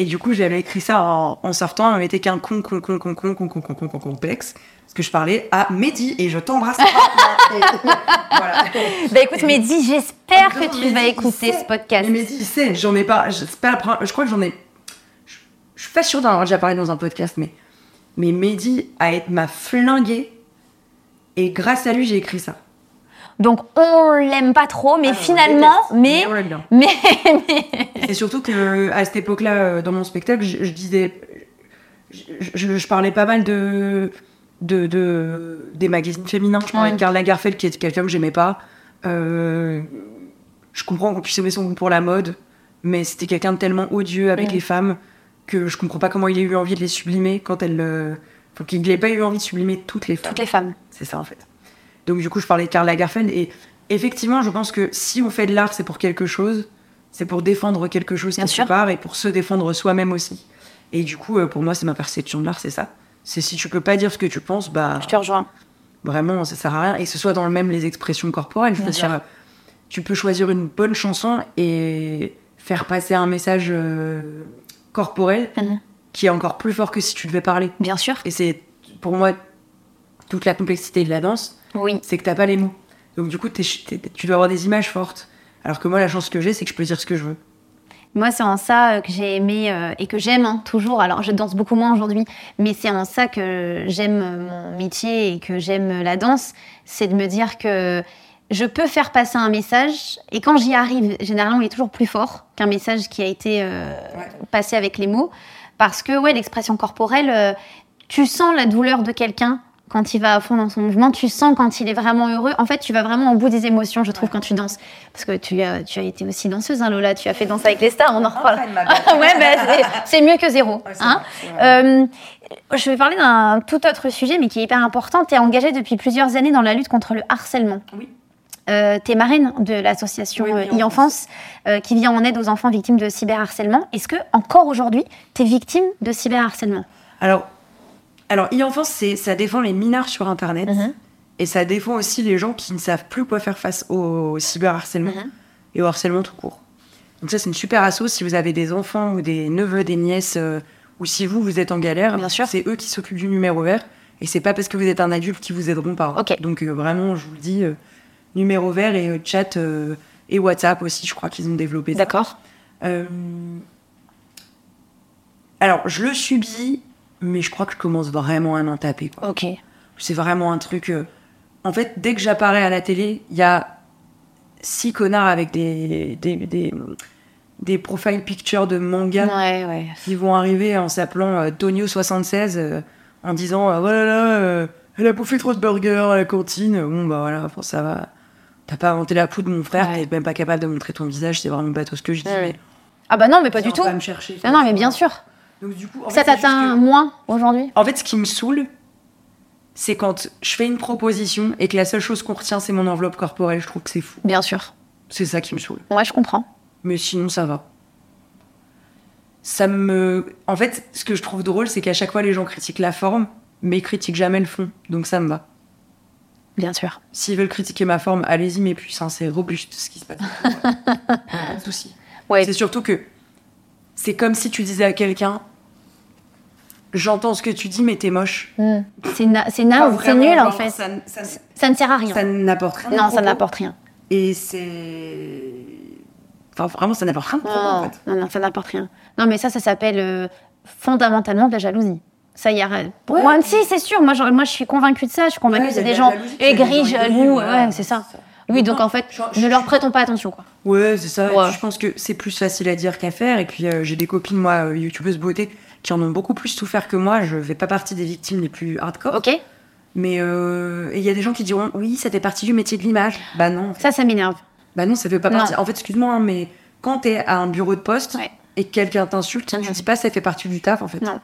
Speaker 3: Et du coup, j'avais écrit ça en, en sortant, elle était qu'un con, con, con, con, con, con, con, con, con, con, complexe. Parce que je parlais à Mehdi et je t'embrasse. voilà.
Speaker 2: Bah écoute, Mehdi, j'espère que
Speaker 3: Non,
Speaker 2: tu
Speaker 3: Mehdi,
Speaker 2: vas
Speaker 3: il
Speaker 2: écouter
Speaker 3: sait.
Speaker 2: ce podcast.
Speaker 3: Mais Mehdi, il sait, j'en ai pas. Je, c'est pas la première- je crois que j'en ai. Je, je suis pas sûre d'en avoir déjà parlé dans un podcast, mais. Mais Mehdi a été- m'a flingué. Et grâce à lui, j'ai écrit ça.
Speaker 2: Donc, Ah, on l'aime pas trop, mais finalement, mais,
Speaker 3: on l'a bien.
Speaker 2: mais,
Speaker 3: Et surtout que à cette époque-là, euh, dans mon spectacle, je, je disais, je, je- je parlais pas mal de, de, de- des magazines féminins. Je parlais de Karl Lagerfeld, qui était quelqu'un que j'aimais pas. Euh, je comprends qu'on puisse aimer son goût pour la mode, mais c'était quelqu'un de tellement odieux avec les femmes que je comprends pas comment il a eu envie de les sublimer quand elle, euh, faut qu'il n'ait pas eu envie de sublimer toutes les femmes.
Speaker 2: toutes les femmes.
Speaker 3: C'est ça en fait. Donc du coup, je parlais de Karl Lagerfeld et effectivement, je pense que si on fait de l'art, c'est pour quelque chose, c'est pour défendre quelque chose quelque
Speaker 2: sûr.
Speaker 3: part et pour se défendre soi-même aussi. Et du coup, euh, pour moi, c'est ma perception de l'art, c'est ça. C'est si tu peux pas dire ce que tu penses, bah
Speaker 2: Je te rejoins.
Speaker 3: vraiment, ça sert à rien. Et que ce soit dans le même les expressions corporelles. Je veux dire, euh, tu peux choisir une bonne chanson et faire passer un message euh, corporel
Speaker 2: Mhm.
Speaker 3: qui est encore plus fort que si tu devais parler.
Speaker 2: Bien sûr.
Speaker 3: Et c'est pour moi toute la complexité de la danse,
Speaker 2: Oui.
Speaker 3: c'est que t'as pas les mots. Donc du coup, t'es- t'es- tu dois avoir des images fortes. Alors que moi, la chance que j'ai, c'est que je peux dire ce que je veux.
Speaker 2: Moi, c'est en ça euh, que j'ai aimé euh, et que j'aime hein, toujours. Alors, je danse beaucoup moins aujourd'hui, mais c'est en ça que j'aime euh, mon métier et que j'aime euh, la danse. C'est de me dire que je peux faire passer un message et quand j'y arrive, généralement, il est toujours plus fort qu'un message qui a été euh, passé avec les mots. Parce que, ouais, l'expression corporelle, euh, tu sens la douleur de quelqu'un quand il va à fond dans son mouvement, tu sens quand il est vraiment heureux. En fait, tu vas vraiment au bout des émotions, je trouve, quand tu danses. Parce que tu as, tu as été aussi danseuse, hein, Lola. Tu as fait danser avec les stars, on
Speaker 3: Ah,
Speaker 2: en reparle. ouais, bah, c'est- c'est mieux que zéro. hein. Euh, je vais parler d'un tout autre sujet, mais qui est hyper important. Tu es engagée depuis plusieurs années dans la lutte contre le harcèlement.
Speaker 3: Oui.
Speaker 2: Euh, tu es marraine de l'association
Speaker 3: Oui,
Speaker 2: euh,
Speaker 3: Oui,
Speaker 2: e-enfance, euh, qui vient en aide aux enfants victimes de cyberharcèlement. Est-ce que encore aujourd'hui, tu es victime de cyberharcèlement
Speaker 3: Alors, alors e-enfance, c'est- ça défend les mineurs sur Internet. Et ça défend aussi les gens qui ne savent plus quoi faire face au, cyberharcèlement et au harcèlement tout court. Donc ça, c'est une super asso. Si vous avez des enfants ou des neveux, des nièces, euh, ou si vous, vous êtes en galère, c'est eux qui s'occupent du numéro vert. Et c'est pas parce que vous êtes un adulte qu'ils vous aideront pas.
Speaker 2: Ok.
Speaker 3: Donc euh, vraiment, je vous le dis, euh, numéro vert et euh, chat euh, et WhatsApp aussi, je crois qu'ils ont développé ça.
Speaker 2: D'accord.
Speaker 3: Euh, Alors, je le subis, mais je crois que je commence vraiment à m'en taper. quoi.
Speaker 2: Ok.
Speaker 3: C'est vraiment un truc. euh, En fait, dès que j'apparais à la télé, il y a six connards avec des, des, des, des profile pictures de manga
Speaker 2: Ouais, ouais.
Speaker 3: qui vont arriver en s'appelant euh, Tonio76 euh, en disant euh, voilà là, euh, elle a bouffé trop de burgers à la cantine. Bon, bah voilà, enfin, ça va. T'as pas inventé la poudre, mon frère,
Speaker 2: Ouais.
Speaker 3: t'es même pas capable de montrer ton visage, c'est vraiment bateau ce que je dis.
Speaker 2: Ouais, ouais.
Speaker 3: mais
Speaker 2: Ah bah non, mais pas
Speaker 3: ça
Speaker 2: du
Speaker 3: va
Speaker 2: tout.
Speaker 3: pas me chercher.
Speaker 2: Non, non, mais bien sûr.
Speaker 3: Donc, du coup, en
Speaker 2: Ça
Speaker 3: fait, c'est juste
Speaker 2: t'atteint
Speaker 3: que-
Speaker 2: moins aujourd'hui
Speaker 3: En fait, ce qui me saoule, c'est quand je fais une proposition et que la seule chose qu'on retient, c'est mon enveloppe corporelle. Je trouve que c'est fou.
Speaker 2: Bien sûr.
Speaker 3: C'est ça qui me saoule.
Speaker 2: Ouais, je comprends.
Speaker 3: Mais sinon, ça va. Ça me. En fait, ce que je trouve drôle, c'est qu'à chaque fois, les gens critiquent la forme, mais ils critiquent jamais le fond. Donc ça me va.
Speaker 2: Bien sûr.
Speaker 3: S'ils veulent critiquer ma forme, allez-y, mais putain, c'est robuste ce qui se passe. Ouais. Pas de souci.
Speaker 2: Ouais.
Speaker 3: C'est surtout que c'est comme si tu disais à quelqu'un J'entends ce que tu dis, mais t'es moche.
Speaker 2: C'est na- c'est
Speaker 3: Pas
Speaker 2: naze, c'est
Speaker 3: vraiment,
Speaker 2: nul en
Speaker 3: genre,
Speaker 2: fait.
Speaker 3: Ça, ça-
Speaker 2: Ça ne sert à rien.
Speaker 3: ça n'apporte rien. au
Speaker 2: non, ça
Speaker 3: propos.
Speaker 2: n'apporte rien.
Speaker 3: Et c'est. Enfin, vraiment, ça n'apporte rien de propos, en
Speaker 2: Non,
Speaker 3: fait.
Speaker 2: non, non, ça n'apporte rien. Non, mais ça, ça s'appelle euh, fondamentalement de la jalousie. Ça y est, arrête. Pour
Speaker 3: Ouais.
Speaker 2: moi, si, c'est sûr. Moi, genre, moi, je suis convaincue de ça. Je suis convaincue
Speaker 3: Ouais,
Speaker 2: que
Speaker 3: il y a
Speaker 2: c'est
Speaker 3: de
Speaker 2: des
Speaker 3: la
Speaker 2: gens
Speaker 3: jalousie, c'est des
Speaker 2: aigris,
Speaker 3: gens aigris,
Speaker 2: jaloux.
Speaker 3: voilà,
Speaker 2: ouais, c'est ça.
Speaker 3: c'est ça.
Speaker 2: Oui, donc
Speaker 3: Non,
Speaker 2: en fait,
Speaker 3: je- je-
Speaker 2: ne leur
Speaker 3: je-
Speaker 2: prêtons pas attention, quoi.
Speaker 3: Ouais, c'est ça. Et
Speaker 2: Ouais.
Speaker 3: puis, je pense que c'est plus facile à dire qu'à faire. Et puis, euh, j'ai des copines, moi, euh, youtubeuses beauté, qui en ont beaucoup plus souffert que moi. Je fais pas partie des victimes les plus hardcore.
Speaker 2: Ok
Speaker 3: Mais euh, et il y a des gens qui diront Oui, ça fait partie du métier de l'image. Bah non.
Speaker 2: Ça, ça m'énerve.
Speaker 3: Bah non, ça fait pas
Speaker 2: Non.
Speaker 3: partie. En fait, excuse-moi, hein, mais quand t'es à un bureau de poste
Speaker 2: Ouais.
Speaker 3: et que quelqu'un t'insulte, tu dis pas ça fait partie du taf en fait.
Speaker 2: Non.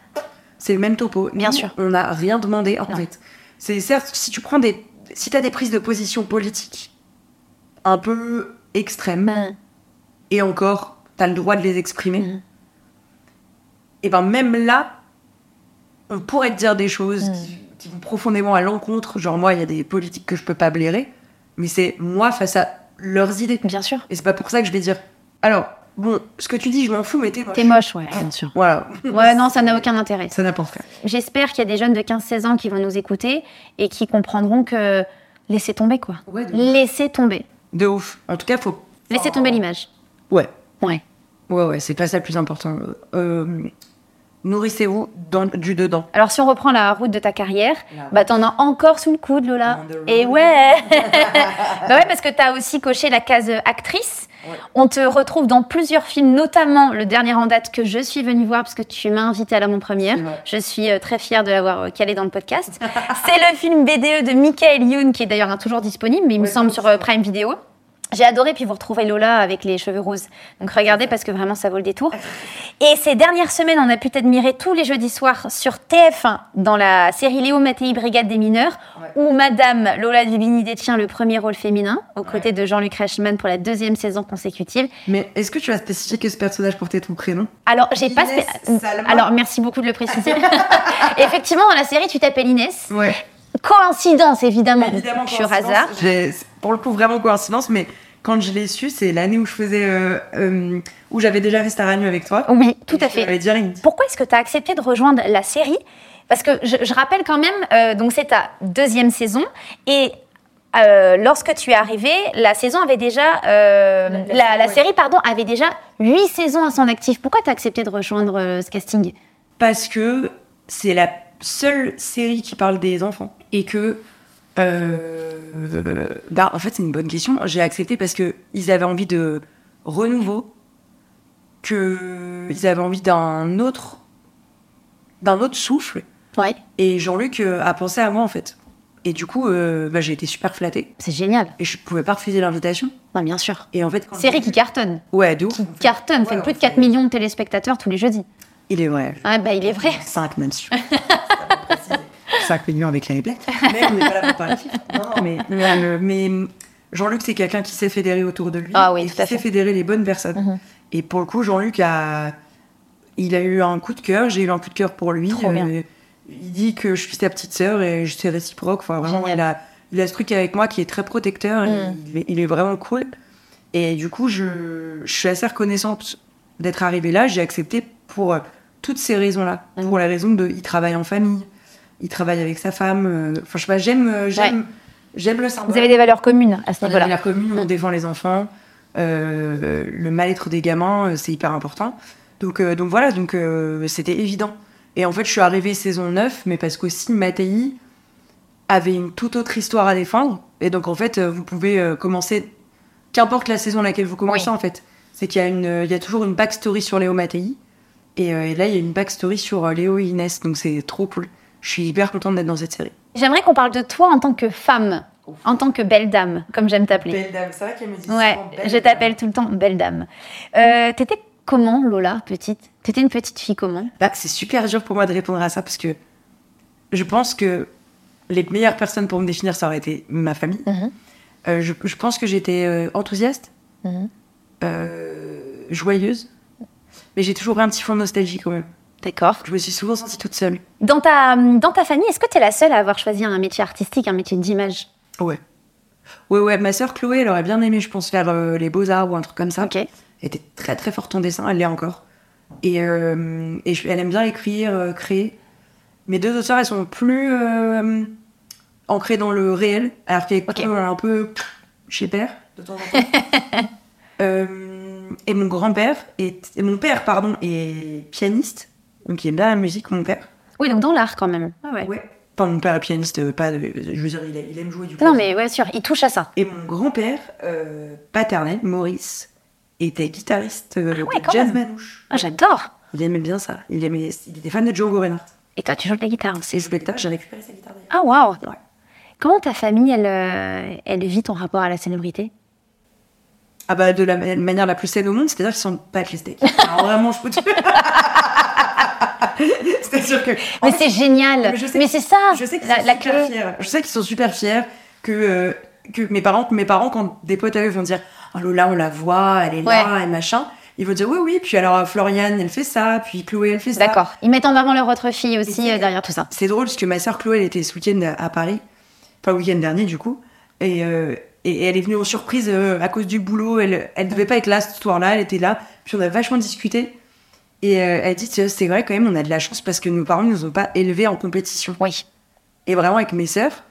Speaker 3: C'est le même topo.
Speaker 2: Bien
Speaker 3: Nous,
Speaker 2: sûr.
Speaker 3: On n'a rien demandé en
Speaker 2: Non.
Speaker 3: fait. C'est certes, si tu prends des. Si t'as des prises de position politiques un peu extrêmes,
Speaker 2: Hum.
Speaker 3: et encore, t'as le droit de les exprimer, et ben même là, on pourrait te dire des choses qui, qui vont profondément à l'encontre. Genre, moi, il y a des politiques que je peux pas blairer, mais c'est moi face à leurs idées.
Speaker 2: Bien sûr.
Speaker 3: Et c'est pas pour ça que je vais dire. Alors, bon, ce que tu dis, je m'en fous, mais t'es moche.
Speaker 2: T'es moche, ouais, bien sûr.
Speaker 3: Voilà.
Speaker 2: Ouais, non, ça n'a aucun intérêt.
Speaker 3: Ça n'apporte rien.
Speaker 2: J'espère qu'il y a des jeunes de 15-16 ans qui vont nous écouter et qui comprendront que laissez tomber, quoi.
Speaker 3: Ouais, de ouf. Oh.
Speaker 2: Laissez tomber.
Speaker 3: De ouf. En tout cas, faut.
Speaker 2: Laissez tomber l'image.
Speaker 3: Ouais.
Speaker 2: Ouais.
Speaker 3: Ouais, ouais, c'est pas ça le plus important. Euh, Nourrissez-vous dans- du dedans.
Speaker 2: Alors si on reprend la route de ta carrière,
Speaker 3: La
Speaker 2: bah t'en as encore sous le coude Lola.
Speaker 3: On the road.
Speaker 2: Et ouais. bah ouais parce que t'as aussi coché la case euh, actrice.
Speaker 3: Ouais.
Speaker 2: On te retrouve dans plusieurs films, notamment le dernier en date que je suis venue voir parce que tu m'as invitée à la première.
Speaker 3: C'est vrai.
Speaker 2: Je suis euh, très fière de l'avoir euh, calé dans le podcast. C'est le film BDE de Michael Youn qui est d'ailleurs hein, toujours disponible, mais il me
Speaker 3: Ouais,
Speaker 2: semble
Speaker 3: toujours
Speaker 2: sur euh, Prime Video. J'ai adoré, puis vous retrouvez Lola avec les cheveux roses. Donc regardez parce que vraiment ça vaut le détour. Et ces dernières semaines, on a pu t'admirer tous les jeudis soirs sur TF1 dans la série Léo Mattei Brigade des mineurs, où Madame Lola Dubini détient le premier rôle féminin aux côtés de Jean-Luc Reichmann pour la deuxième saison consécutive.
Speaker 3: Mais est-ce que tu as spécifié que ce personnage portait ton prénom
Speaker 2: Alors j'ai pas
Speaker 3: Inès
Speaker 2: spé-
Speaker 3: Salma.
Speaker 2: alors merci beaucoup de le préciser. Effectivement, dans la série, tu t'appelles Inès.
Speaker 3: Ouais.
Speaker 2: Coïncidence évidemment, sur
Speaker 3: coïncidence.
Speaker 2: hasard.
Speaker 3: J'ai- c'est Pour le coup, vraiment coïncidence, mais quand je l'ai su, c'est l'année où je faisais. euh, euh, où j'avais déjà fait Star Annu avec toi.
Speaker 2: Oui, Oh, tout
Speaker 3: Et
Speaker 2: à
Speaker 3: je
Speaker 2: fait.
Speaker 3: t'avais dit rien.
Speaker 2: Pourquoi est-ce que tu as accepté de rejoindre la série Parce que je, je rappelle quand même, euh, donc c'est ta deuxième saison et euh, lorsque tu es arrivée, la saison avait déjà, euh, la, la série pardon avait déjà huit saisons à son actif. Pourquoi tu as accepté de rejoindre euh, ce casting
Speaker 3: parce que c'est la seule série qui parle des enfants et que euh, bah, en fait c'est une bonne question j'ai accepté parce que ils avaient envie de renouveau que ils avaient envie d'un autre d'un autre souffle
Speaker 2: Ouais,
Speaker 3: et Jean-Luc euh, a pensé à moi en fait et du coup euh, bah, j'ai été super flattée
Speaker 2: c'est génial.
Speaker 3: et je pouvais pas refuser l'invitation
Speaker 2: Non, bien sûr.
Speaker 3: et en fait quand
Speaker 2: Série
Speaker 3: j'ai-
Speaker 2: qui cartonne,
Speaker 3: ouais de ouf
Speaker 2: qui cartonne, fait
Speaker 3: Ouais,
Speaker 2: plus de
Speaker 3: on
Speaker 2: 4
Speaker 3: fait-
Speaker 2: millions de téléspectateurs tous les jeudis.
Speaker 3: il est vrai
Speaker 2: Ah bah il est vrai.
Speaker 3: 5 même si je 5 millions avec la replay. Mais on n'est pas là pour parler. Non, mais, mais, mais Jean-Luc, c'est quelqu'un qui sait fédérer autour de lui.
Speaker 2: Ah oui,
Speaker 3: et
Speaker 2: tout
Speaker 3: qui
Speaker 2: à fait.
Speaker 3: sait
Speaker 2: Mm-hmm.
Speaker 3: fédérer les bonnes personnes. Et pour le coup, Jean-Luc a. Il a eu un coup de cœur, j'ai eu un coup de cœur pour lui. Euh,
Speaker 2: Trop bien.
Speaker 3: Il dit que je suis sa petite sœur et je suis réciproque. Enfin, vraiment,
Speaker 2: Génial. Mm.
Speaker 3: il a, il a ce truc avec moi qui est très protecteur. et Il, est, il est vraiment cool. Et du coup, je, je suis assez reconnaissante d'être arrivée là. J'ai accepté pour euh, toutes ces raisons-là.
Speaker 2: Mm.
Speaker 3: Pour la raison de, il travaille en famille, il travaille avec sa femme. euh, Enfin, je sais pas, j'aime, euh, j'aime, j'aime le symbole.
Speaker 2: Vous avez des valeurs communes à ce
Speaker 3: On est
Speaker 2: niveau-là.
Speaker 3: la commune, on défend les enfants, euh, le mal-être des gamins, euh, c'est hyper important. Donc, euh, donc voilà, donc euh, c'était évident. Et en fait, je suis arrivée saison 9, mais parce qu'aussi Mattei avait une toute autre histoire à défendre. Et donc en fait, euh, vous pouvez euh, commencer qu'importe la saison à laquelle vous commencez en fait, c'est qu'il y a une, euh, il y a toujours une backstory sur Léo Mattei et, euh, et là il y a une backstory sur euh, Léo et Inès, donc c'est trop cool. Je suis hyper contente d'être dans cette série.
Speaker 2: J'aimerais qu'on parle de toi en tant que femme, en tant que belle dame, comme j'aime t'appeler.
Speaker 3: Belle dame, c'est vrai qu'elle me dit
Speaker 2: Ouais, je t'appelle tout le temps belle dame. Euh, T'étais comment, Lola, petite T'étais une petite fille comment
Speaker 3: Bah, c'est super dur pour moi de répondre à ça parce que je pense que les meilleures personnes pour me définir, ça aurait été ma famille.
Speaker 1: Mhm.
Speaker 3: Euh, je, je pense que j'étais euh, enthousiaste,
Speaker 1: Mhm.
Speaker 3: euh, joyeuse, mais j'ai toujours eu un petit fond de nostalgie quand même.
Speaker 2: D'accord.
Speaker 3: Je me suis souvent sentie toute seule.
Speaker 2: Dans ta, dans ta famille, est-ce que t'es la seule à avoir choisi un métier artistique, un métier d'image
Speaker 3: Ouais. Ouais, ouais, ma sœur Chloé, elle aurait bien aimé, je pense, faire euh, les beaux-arts ou un truc comme ça.
Speaker 2: Ok.
Speaker 3: Elle était très très forte en dessin, elle l'est encore. Et, euh, et je- elle aime bien écrire, euh, créer. Mes deux autres sœurs, elles sont plus euh, ancrées dans le réel, alors qu'elle est
Speaker 2: Ok.
Speaker 3: un peu chez père, de temps en temps. Euh, et mon grand-père, est- et mon père, pardon, est pianiste, donc il aime bien la musique, mon père.
Speaker 2: Oui, donc dans l'art quand même. Ah ouais.
Speaker 3: Ouais. Enfin, mon père est pianiste, euh, pas, de- je veux dire, il, a- il aime jouer du
Speaker 2: Non, mais
Speaker 3: clavier.
Speaker 2: ouais, sûr, il touche à ça.
Speaker 3: Et mon grand-père euh, paternel, Maurice, était guitariste euh,
Speaker 2: Ah ouais,
Speaker 3: de
Speaker 2: quand
Speaker 3: jazz
Speaker 2: même.
Speaker 3: manouche.
Speaker 2: Ah, j'adore.
Speaker 3: Il aimait bien ça. Il, aimait, il était fan de Django Reinhardt.
Speaker 2: Et toi, tu joues de la guitare.
Speaker 3: C'est spectacle, j'ai récupéré sa guitare. d'ailleurs.
Speaker 2: Ah, waouh
Speaker 3: Ouais.
Speaker 2: Comment ta famille, elle, euh, elle vit ton rapport à la célébrité
Speaker 3: Ah bah, de la ma- manière la plus saine au monde, c'est-à-dire qu'ils sont pas les steaks. Alors vraiment, je peux te... C'est-à-dire que...
Speaker 2: Mais c'est génial
Speaker 3: Mais je sais-
Speaker 2: c'est ça
Speaker 3: Je sais qu'ils
Speaker 2: la,
Speaker 3: sont
Speaker 2: la
Speaker 3: super
Speaker 2: clé.
Speaker 3: fiers. Je sais qu'ils sont super fiers que, euh, que mes parents, mes parents, quand des potes à eux vont dire Oh Lola, on la voit, elle est là, et machin, ils vont dire Oui, oui, puis alors Floriane, elle fait ça, puis Chloé, elle fait ça.
Speaker 2: D'accord. Ils mettent en avant leur autre fille aussi euh, derrière tout ça.
Speaker 3: C'est drôle parce que ma sœur Chloé, elle était ce week-end à Paris, enfin le week-end dernier du coup, et, euh, et elle est venue en surprise euh, à cause du boulot. Elle, elle devait pas être là ce soir-là, elle était là. Puis on a vachement discuté. Et euh, elle dit Tiens, c'est vrai quand même, on a de la chance parce que nos parents ne nous ont pas élevés en compétition.
Speaker 2: Oui.
Speaker 3: Et vraiment avec mes sœurs,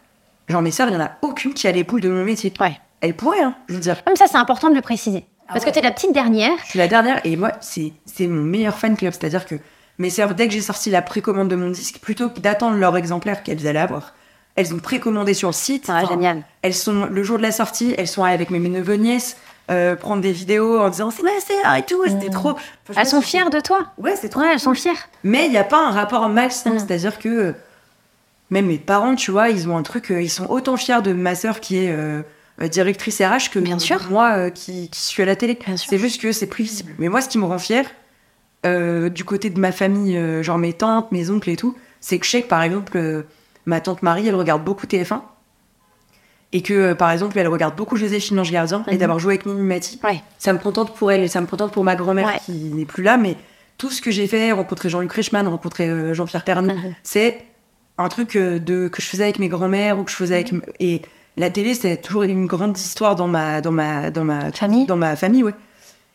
Speaker 3: genre mes sœurs, il y en a aucune qui a les poules de mon métier.
Speaker 2: Ouais.
Speaker 3: Elle pourrait, hein, je veux dire.
Speaker 2: Comme ça, c'est important de le préciser. Parce que t'es la petite dernière.
Speaker 3: Je suis la dernière et moi, c'est c'est mon meilleur fan club. C'est-à-dire que mes sœurs, dès que j'ai sorti la précommande de mon disque, plutôt que d'attendre leur exemplaire qu'elles allaient avoir, elles ont précommandé sur le site.
Speaker 2: Ah, génial.
Speaker 3: Elles sont, le jour de la sortie, elles sont allées avec mes neveux nièces euh, prendre des vidéos en disant c'est ma sœur et tout. C'était trop. Franchement,
Speaker 2: Mmh. Elles sont
Speaker 3: c'est-
Speaker 2: fières de toi.
Speaker 3: Ouais, c'est trop.
Speaker 2: Ouais, elles sont fières.
Speaker 3: Mais il n'y a pas un rapport
Speaker 2: Mm.
Speaker 3: malsain. C'est-à-dire que euh, même mes parents, tu vois, ils ont un truc, euh, ils sont autant fiers de ma sœur qui est euh, euh, directrice RH que
Speaker 2: Bien
Speaker 3: de
Speaker 2: sûr.
Speaker 3: moi euh, qui, qui suis à la télé.
Speaker 2: Bien sûr.
Speaker 3: C'est juste que c'est plus visible. Mais moi, ce qui me rend fière, euh, du côté de ma famille, euh, genre mes tantes, mes oncles et tout, c'est que je sais que par exemple, euh, ma tante Marie, elle regarde beaucoup TF1. Et que, euh, par exemple, elle regarde beaucoup Joséphine Ange Gardien, et d'avoir joué avec Mimi Mati,
Speaker 2: Mhm. Ouais.
Speaker 3: ça me contente pour elle et ça me contente pour ma grand-mère
Speaker 2: Ouais.
Speaker 3: qui n'est plus là, mais tout ce que j'ai fait, rencontrer Jean-Luc Reichmann, rencontrer euh, Jean-Pierre Pernaut,
Speaker 2: Mhm.
Speaker 3: c'est un truc euh, de, que je faisais avec mes grands-mères ou que je faisais avec. m-
Speaker 2: Mhm.
Speaker 3: Et la télé, c'est toujours une grande histoire dans ma, dans ma, dans ma
Speaker 2: Famille.
Speaker 3: Dans ma famille, ouais.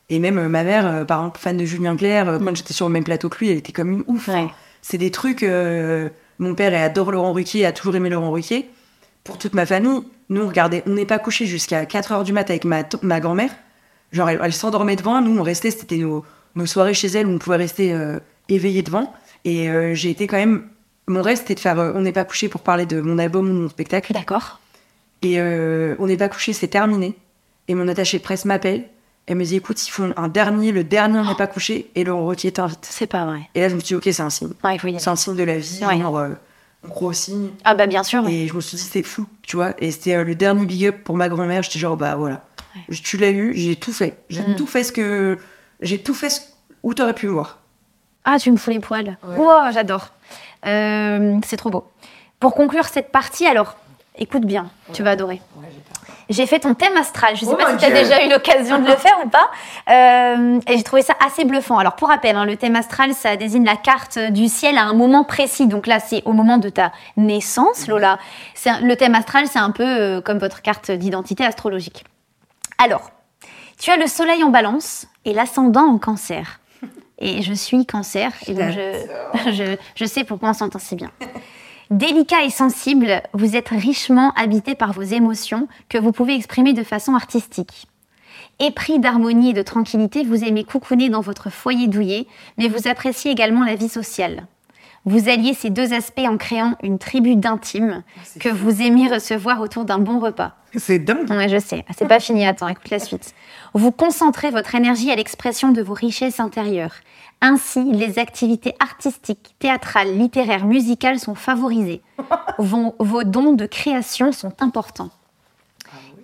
Speaker 3: Et même euh, ma mère, euh, par exemple, fan de Julien Clerc, euh, quand j'étais sur le même plateau que lui, elle était comme une ouf.
Speaker 2: Ouais.
Speaker 3: C'est des trucs. euh, mon père elle adore Laurent Ruquier, a toujours aimé Laurent Ruquier. Pour toute ma famille, nous, on regardait, on n'est pas couché jusqu'à 4 heures du mat avec ma, t- ma grand-mère. Genre, elle, elle s'endormait devant, nous, on restait, c'était nos, nos soirées chez elle où on pouvait rester euh, éveillés devant. Et euh, j'ai été quand même. Mon rêve, c'était de faire euh, On n'est pas couché pour parler de mon album ou de mon spectacle.
Speaker 2: D'accord.
Speaker 3: Et euh, on n'est pas couché, c'est terminé. Et mon attaché de presse m'appelle. Elle me dit écoute, ils font un dernier, le dernier on n'est pas couché, et Laurent Ruquier t'invite.
Speaker 2: C'est pas vrai.
Speaker 3: Et là, je me suis dit ok, c'est un signe.
Speaker 2: Ouais, il faut y aller.
Speaker 3: C'est un signe de la vie,
Speaker 2: Ouais.
Speaker 3: genre, euh, on croit au signe.
Speaker 2: Ah bah bien sûr.
Speaker 3: Et je me suis dit, c'est fou, tu vois. Et c'était euh, le dernier big up pour ma grand-mère. J'étais genre, bah voilà, Je- tu l'as eu, j'ai tout fait. J'ai
Speaker 2: Mm.
Speaker 3: tout fait ce que. J'ai tout fait ce... où t'aurais pu me voir.
Speaker 2: Ah, tu me fous les poils. Wow, j'adore. Euh, c'est trop beau. Pour conclure cette partie, alors, écoute bien, tu vas adorer. J'ai fait ton thème astral. Je ne sais
Speaker 3: Oh
Speaker 2: pas
Speaker 3: mon
Speaker 2: si tu as
Speaker 3: Dieu.
Speaker 2: déjà eu l'occasion de le faire ou pas. Euh, et j'ai trouvé ça assez bluffant. Alors, pour rappel, hein, le thème astral, ça désigne la carte du ciel à un moment précis. Donc là, c'est au moment de ta naissance, Lola. C'est un- le thème astral, c'est un peu euh, comme votre carte d'identité astrologique. Alors, tu as le soleil en balance et l'ascendant en cancer. Et je suis cancer, et donc je, je, je sais pourquoi on s'entend si bien. Délicat et sensible, vous êtes richement habité par vos émotions que vous pouvez exprimer de façon artistique. Épris d'harmonie et de tranquillité, vous aimez coucouner dans votre foyer douillet, mais vous appréciez également la vie sociale. vous alliez ces deux aspects en créant une tribu d'intimes que vous aimez recevoir autour d'un bon repas.
Speaker 3: C'est dingue.
Speaker 2: Ouais, je sais. Ah, C'est pas fini. Attends, écoute la suite. Vous concentrez votre énergie à l'expression de vos richesses intérieures. Ainsi, les activités artistiques, théâtrales, littéraires, musicales sont favorisées. Vos, vos dons de création sont importants.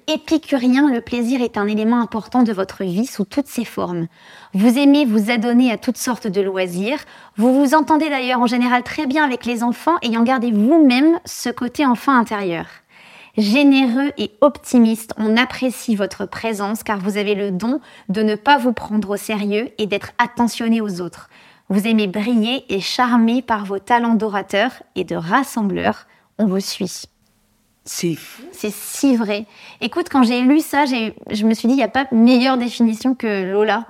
Speaker 2: Épicurien, le plaisir est un élément important de votre vie sous toutes ses formes. Vous aimez vous adonner à toutes sortes de loisirs. Vous vous entendez d'ailleurs en général très bien avec les enfants, ayant gardé vous-même ce côté enfant intérieur. Généreux et optimiste, on apprécie votre présence car vous avez le don de ne pas vous prendre au sérieux et d'être attentionné aux autres. Vous aimez briller et charmer par vos talents d'orateur et de rassembleur. On vous suit.
Speaker 3: C'est fou.
Speaker 2: C'est si vrai. Écoute, quand j'ai lu ça, j'ai- je me suis dit, il n'y a pas meilleure définition que Lola.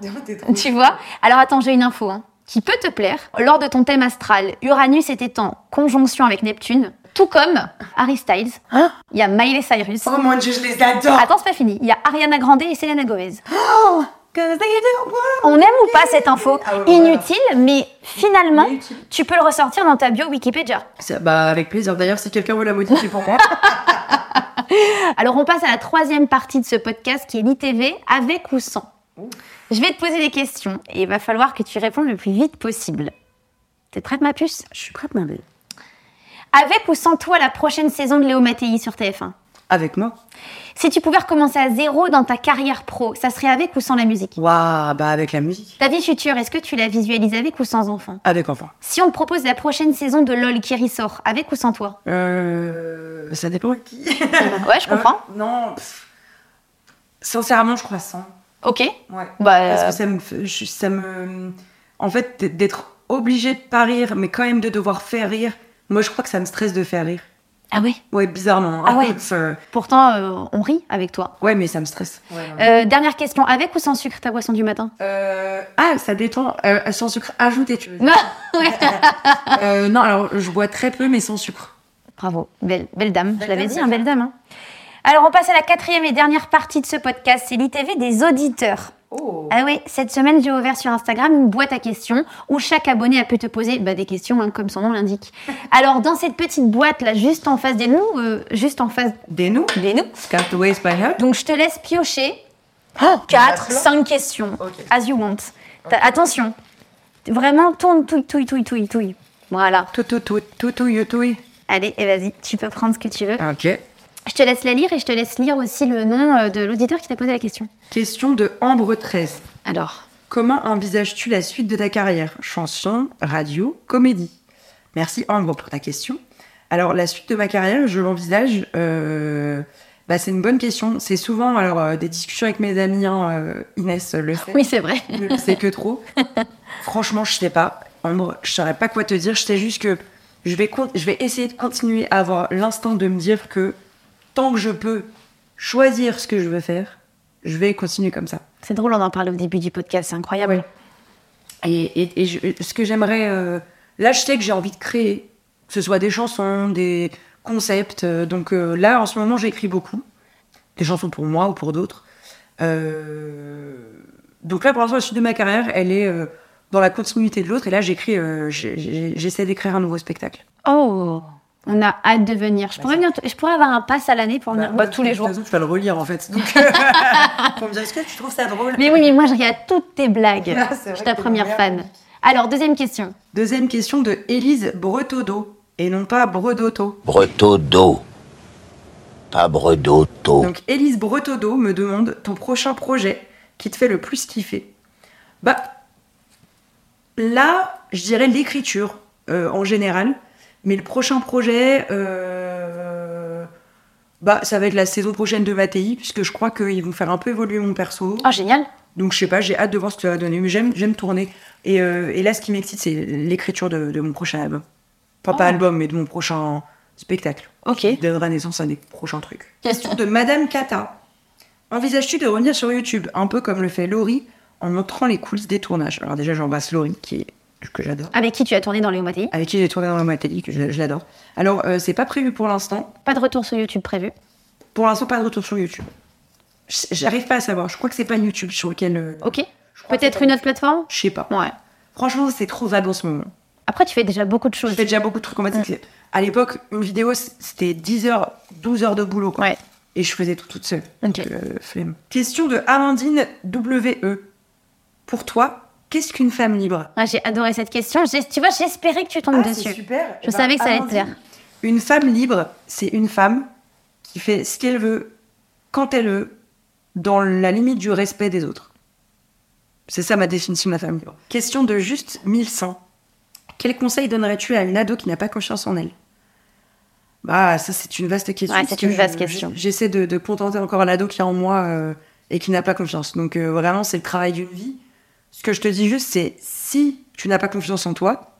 Speaker 2: tu vois Alors attends, j'ai une info hein, qui peut te plaire. Lors de ton thème astral, Uranus était en conjonction avec Neptune, tout comme Harry Styles. Il
Speaker 3: Hein
Speaker 2: y a Miley Cyrus.
Speaker 3: Oh mon dieu, je les adore.
Speaker 2: Attends, c'est pas fini. Il y a Ariana Grande et Selena Gomez. On aime ou pas cette info
Speaker 3: Ah ouais, voilà.
Speaker 2: Inutile, mais finalement,
Speaker 3: Mais utile.
Speaker 2: tu peux le ressortir dans ta bio Wikipédia.
Speaker 3: Ça- bah, avec plaisir. D'ailleurs, si quelqu'un veut la modifier pour moi.
Speaker 2: Alors on passe à la troisième partie de ce podcast qui est l'ITV avec ou sans. Je vais te poser des questions et il va falloir que tu répondes le plus vite possible. T'es prête ma puce
Speaker 3: je suis prête, ma belle.
Speaker 2: Avec ou sans toi la prochaine saison de Léo Mattei sur TF1
Speaker 3: Avec moi.
Speaker 2: Si tu pouvais recommencer à zéro dans ta carrière pro, ça serait avec ou sans la musique
Speaker 3: Waouh, bah avec la musique.
Speaker 2: Ta vie future, est-ce que tu la visualises avec ou sans enfant
Speaker 3: Avec enfant.
Speaker 2: Si on te propose la prochaine saison de LOL qui ressort, avec ou sans toi
Speaker 3: Euh, ça dépend à qui.
Speaker 2: Ouais, je comprends.
Speaker 3: Euh, non. pff. Sincèrement, je crois sans.
Speaker 2: Ok.
Speaker 3: Ouais.
Speaker 2: Bah,
Speaker 3: Parce
Speaker 2: euh,
Speaker 3: que ça me, fait- je- ça me, en fait, d- d'être obligé de pas rire, mais quand même de devoir faire rire. Moi, je crois que ça me stresse de faire rire.
Speaker 2: ah ouais.
Speaker 3: Ouais, bizarrement. hein.
Speaker 2: Ah ouais.
Speaker 3: Ça-
Speaker 2: Pourtant, euh, on rit avec toi.
Speaker 3: ouais, mais ça me stresse.
Speaker 2: Euh, dernière question, avec ou sans sucre ta boisson du matin
Speaker 3: Euh, ah, ça détend. Euh, sans sucre ajouté, tu veux dire.
Speaker 2: Non.
Speaker 3: Euh, non, alors je bois très peu, mais sans sucre.
Speaker 2: Bravo, belle, belle dame, je l'avais
Speaker 3: dame,
Speaker 2: dit,
Speaker 3: belle
Speaker 2: hein, belle dame. hein. Alors on passe à la quatrième et dernière partie de ce podcast, c'est l'ITV des auditeurs.
Speaker 3: Oh.
Speaker 2: Ah oui, cette semaine j'ai ouvert sur Instagram une boîte à questions où chaque abonné a pu te poser bah, des questions hein, comme son nom l'indique. Alors dans cette petite boîte là, juste en face des nous, euh, juste en face
Speaker 3: Des nous.
Speaker 2: des nous,
Speaker 3: Cut away by heart.
Speaker 2: donc je te laisse piocher
Speaker 3: Oh,
Speaker 2: 4, 5 questions,
Speaker 3: Ok.
Speaker 2: as you want. T'as- Attention, vraiment tourne, touille, touille, touille, touille, touille. Voilà,
Speaker 3: Tout, tout, tout, tout, tout, tout.
Speaker 2: allez et vas-y, tu peux prendre ce que tu veux.
Speaker 3: Ok.
Speaker 2: Je te laisse la lire et je te laisse lire aussi le nom euh, de l'auditeur qui t'a posé la question.
Speaker 3: Question de Ambre 13.
Speaker 2: Alors,
Speaker 3: Comment envisages-tu la suite de ta carrière Chanson, radio, comédie Merci Ambre pour ta question. Alors la suite de ma carrière, je l'envisage. euh, bah, c'est une bonne question. C'est souvent alors euh, des discussions avec mes amis. hein, euh, Inès le fait.
Speaker 2: oui, c'est vrai.
Speaker 3: ne le sais que trop. Franchement, je sais pas. Ambre, je saurais pas quoi te dire. Je sais juste que je vais, con- je vais essayer de continuer à avoir l'instinct de me dire que tant que je peux choisir ce que je veux faire, je vais continuer comme ça.
Speaker 2: C'est drôle, on en parlait au début du podcast, c'est incroyable.
Speaker 3: Et, et- et je- ce que j'aimerais. euh, là, je sais que j'ai envie de créer, que ce soit des chansons, des concepts. euh, donc euh, là, en ce moment, j'écris beaucoup. Des chansons pour moi ou pour d'autres. Euh, donc là, pour l'instant, la suite de ma carrière, elle est euh, dans la continuité de l'autre. Et là, j'écris, euh, j'ai- j'ai- j'essaie d'écrire un nouveau spectacle.
Speaker 2: Oh, on a hâte de venir. Je pourrais, venir t- je pourrais avoir un pass à l'année pour venir bah, tous les jours.
Speaker 3: tu vas le relire, en fait. Donc, pour me dire, est-ce que tu trouves ça drôle
Speaker 2: Mais oui, mais moi je regarde toutes tes blagues.
Speaker 3: Ah, c'est vrai
Speaker 2: je suis ta
Speaker 3: que t'es
Speaker 2: première
Speaker 3: une
Speaker 2: fan. Alors, deuxième question.
Speaker 3: Deuxième question de Élise Bretodo, et non pas Bredoto.
Speaker 6: Breteau d'eau. Pas bredeau d'eau.
Speaker 3: Donc, Élise Bretodo me demande ton prochain projet qui te fait le plus kiffer. Bah, là, je dirais l'écriture euh, en général, mais le prochain projet, euh, bah, ça va être la saison prochaine de Mattei, puisque je crois qu'ils vont faire un peu évoluer mon perso.
Speaker 2: Oh, génial.
Speaker 3: Donc, je sais pas, j'ai hâte de voir ce que ça va donner, mais j'aime, j'aime tourner. Et, euh, et là, ce qui m'excite, c'est l'écriture de, de mon prochain album. Enfin, pas album, mais de mon prochain spectacle.
Speaker 2: Oh. Ok.
Speaker 3: Qui donnera naissance à des prochains trucs. Question de Madame Kata. Envisages-tu de revenir sur YouTube, un peu comme le fait Laurie, en montrant les coulisses des tournages Alors déjà, j'embrasse Laurie, qui est, que j'adore.
Speaker 2: Avec qui tu as tourné dans Léo Mattei
Speaker 3: Avec qui j'ai tourné dans ma télé, que je, je l'adore. Alors, euh, c'est pas prévu pour l'instant.
Speaker 2: Pas de retour sur YouTube prévu.
Speaker 3: Pour l'instant, pas de retour sur YouTube. J- J'arrive pas à savoir. Je crois que c'est pas YouTube sur lequel... euh,
Speaker 2: Ok.
Speaker 3: je crois que c'est
Speaker 2: Peut-être
Speaker 3: pas-
Speaker 2: une autre plateforme
Speaker 3: Je sais pas.
Speaker 2: Ouais.
Speaker 3: Franchement, c'est trop vague en ce moment.
Speaker 2: Après, tu fais déjà beaucoup de
Speaker 3: Je
Speaker 2: choses.
Speaker 3: fais déjà beaucoup de trucs. On va dire que c'est- À l'époque, une vidéo, c'était 10 heures, 12 heures de boulot. quoi.
Speaker 2: Ouais.
Speaker 3: Et je faisais tout toute seule.
Speaker 2: Ok.
Speaker 3: Euh, flemme. Question de Amandine WE. Pour toi, qu'est-ce qu'une femme libre
Speaker 2: Ah, J'ai adoré cette question. J'ai- Tu vois, j'espérais que tu tombes
Speaker 3: Ah, c'est
Speaker 2: dessus.
Speaker 3: super.
Speaker 2: Je savais que ça allait te
Speaker 3: allons-y.
Speaker 2: plaire.
Speaker 3: Une femme libre, c'est une femme qui fait ce qu'elle veut, quand elle veut, dans la limite du respect des autres. C'est ça ma définition de la femme libre. Question de juste 1100. Quel conseil donnerais-tu à une ado qui n'a pas confiance en elle Bah, ça, c'est une vaste question.
Speaker 2: Ouais, c'est
Speaker 3: parce que
Speaker 2: une vaste
Speaker 3: je-
Speaker 2: question.
Speaker 3: J'essaie de, de contenter encore l'ado qui est en moi euh, et qui n'a pas confiance. Donc, euh, vraiment, c'est le travail d'une vie. Ce que je te dis juste, c'est si tu n'as pas confiance en toi,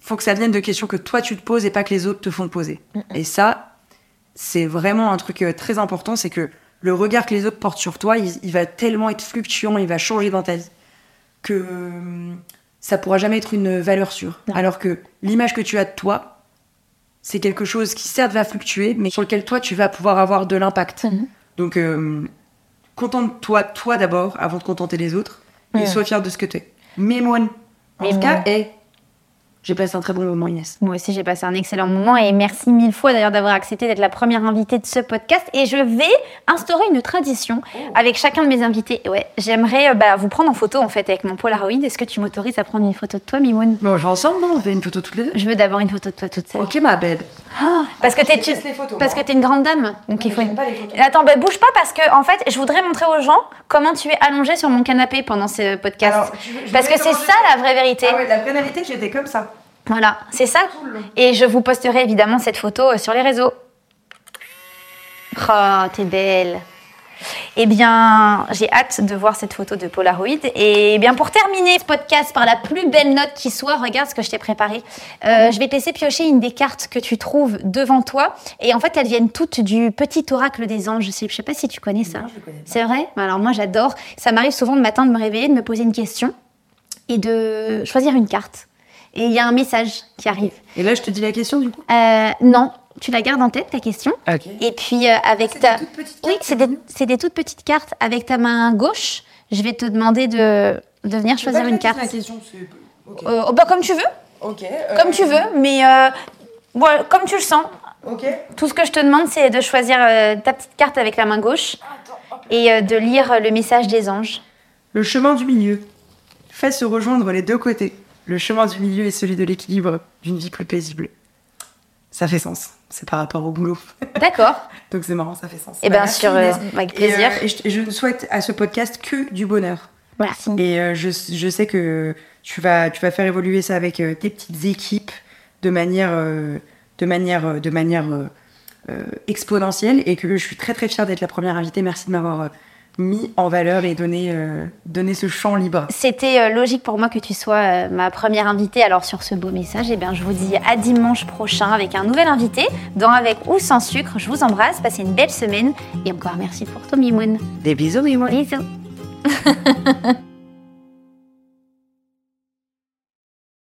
Speaker 3: faut que ça vienne de questions que toi tu te poses et pas que les autres te font poser. Et ça, c'est vraiment un truc euh, très important, c'est que le regard que les autres portent sur toi, il, il va tellement être fluctuant, il va changer dans ta vie que euh, ça pourra jamais être une valeur sûre. Alors que l'image que tu as de toi, c'est quelque chose qui certes va fluctuer, mais sur lequel toi tu vas pouvoir avoir de l'impact. Donc euh, contente-toi toi d'abord avant de contenter les autres et sois fier de ce que tu es. Mémoine. En tout cas, eh, hey, j'ai passé un très bon moment, Inès.
Speaker 2: Moi aussi, j'ai passé un excellent moment et merci mille fois d'ailleurs d'avoir accepté d'être la première invitée de ce podcast. Et je vais instaurer une tradition
Speaker 3: Oh.
Speaker 2: avec chacun de mes invités. Ouais, j'aimerais euh, bah, vous prendre en photo en fait avec mon Polaroid. Est-ce que tu m'autorises à prendre une photo de toi, Mimoun
Speaker 3: Bon, on va ensemble, non On fait une photo toutes les deux.
Speaker 2: Je veux d'abord une photo de toi toute seule.
Speaker 3: Ok, ma belle.
Speaker 2: Parce
Speaker 3: Ah,
Speaker 2: que t'es
Speaker 3: déteste les photos,
Speaker 2: parce que
Speaker 3: moi.
Speaker 2: t'es une grande dame, donc il faut.
Speaker 3: j'aime pas les photos.
Speaker 2: Attends, bah, bouge pas parce que en fait, je voudrais montrer aux gens comment tu es allongée sur mon canapé pendant ce podcast.
Speaker 3: Alors, tu veux- je
Speaker 2: parce que
Speaker 3: voulais
Speaker 2: c'est
Speaker 3: comment
Speaker 2: ça
Speaker 3: je-
Speaker 2: la vraie vérité.
Speaker 3: Ah ouais, la pénalité, j'étais comme ça.
Speaker 2: Voilà, c'est ça. Et je vous posterai évidemment cette photo euh, sur les réseaux. Oh, t'es belle. Eh bien, j'ai hâte de voir cette photo de Polaroid. Et eh bien, pour terminer ce podcast par la plus belle note qui soit, regarde ce que je t'ai préparé. Euh, je vais te laisser piocher une des cartes que tu trouves devant toi. Et en fait, elles viennent toutes du petit oracle des anges. Je sais, je sais pas si tu connais ça. C'est vrai Bah, Alors, moi, j'adore. Ça m'arrive souvent le matin de me réveiller, de me poser une question et de choisir une carte. Et il y a un message qui arrive.
Speaker 3: Et là, je te dis la question du coup.
Speaker 2: Euh, non, tu la gardes en tête, ta question.
Speaker 3: Ok.
Speaker 2: Et puis, euh, avec ta. oui, c'est des, c'est des toutes petites cartes. Avec ta main gauche, je vais te demander de, de venir choisir une carte.
Speaker 3: question, c'est. Ok.
Speaker 2: Euh, oh, bah, comme tu veux,
Speaker 3: Ok.
Speaker 2: comme tu veux, mais euh, voilà, comme tu le sens.
Speaker 3: Ok.
Speaker 2: Tout ce que je te demande, c'est de choisir euh, ta petite carte avec la main gauche et euh, de lire euh, le message des anges.
Speaker 3: Le chemin du milieu. Fais se rejoindre les deux côtés. Le chemin du milieu est celui de l'équilibre d'une vie plus paisible. Ça fait sens. C'est par rapport au boulot.
Speaker 2: D'accord.
Speaker 3: Donc c'est marrant, ça fait sens. Bah,
Speaker 2: Eh ben,
Speaker 3: Merci,
Speaker 2: sur, euh,
Speaker 3: Inès.
Speaker 2: avec
Speaker 3: Et, euh,
Speaker 2: plaisir.
Speaker 3: Et, je, et je ne souhaite à ce podcast que du bonheur.
Speaker 2: Merci.
Speaker 3: Et euh, je, je sais que tu vas, tu vas faire évoluer ça avec euh, tes petites équipes de manière, euh, de manière, euh, de manière euh, euh, exponentielle et que je suis très très fière d'être la première invitée. Merci de m'avoir euh, mis en valeur et donné, euh, donné ce champ libre.
Speaker 2: C'était euh, logique pour moi que tu sois euh, ma première invitée. Alors sur ce beau message, eh bien, je vous dis à dimanche prochain avec un nouvel invité dans Avec ou sans sucre. Je vous embrasse, passez une belle semaine et encore merci pour ton Mimoun.
Speaker 3: Des bisous,
Speaker 2: Bisous.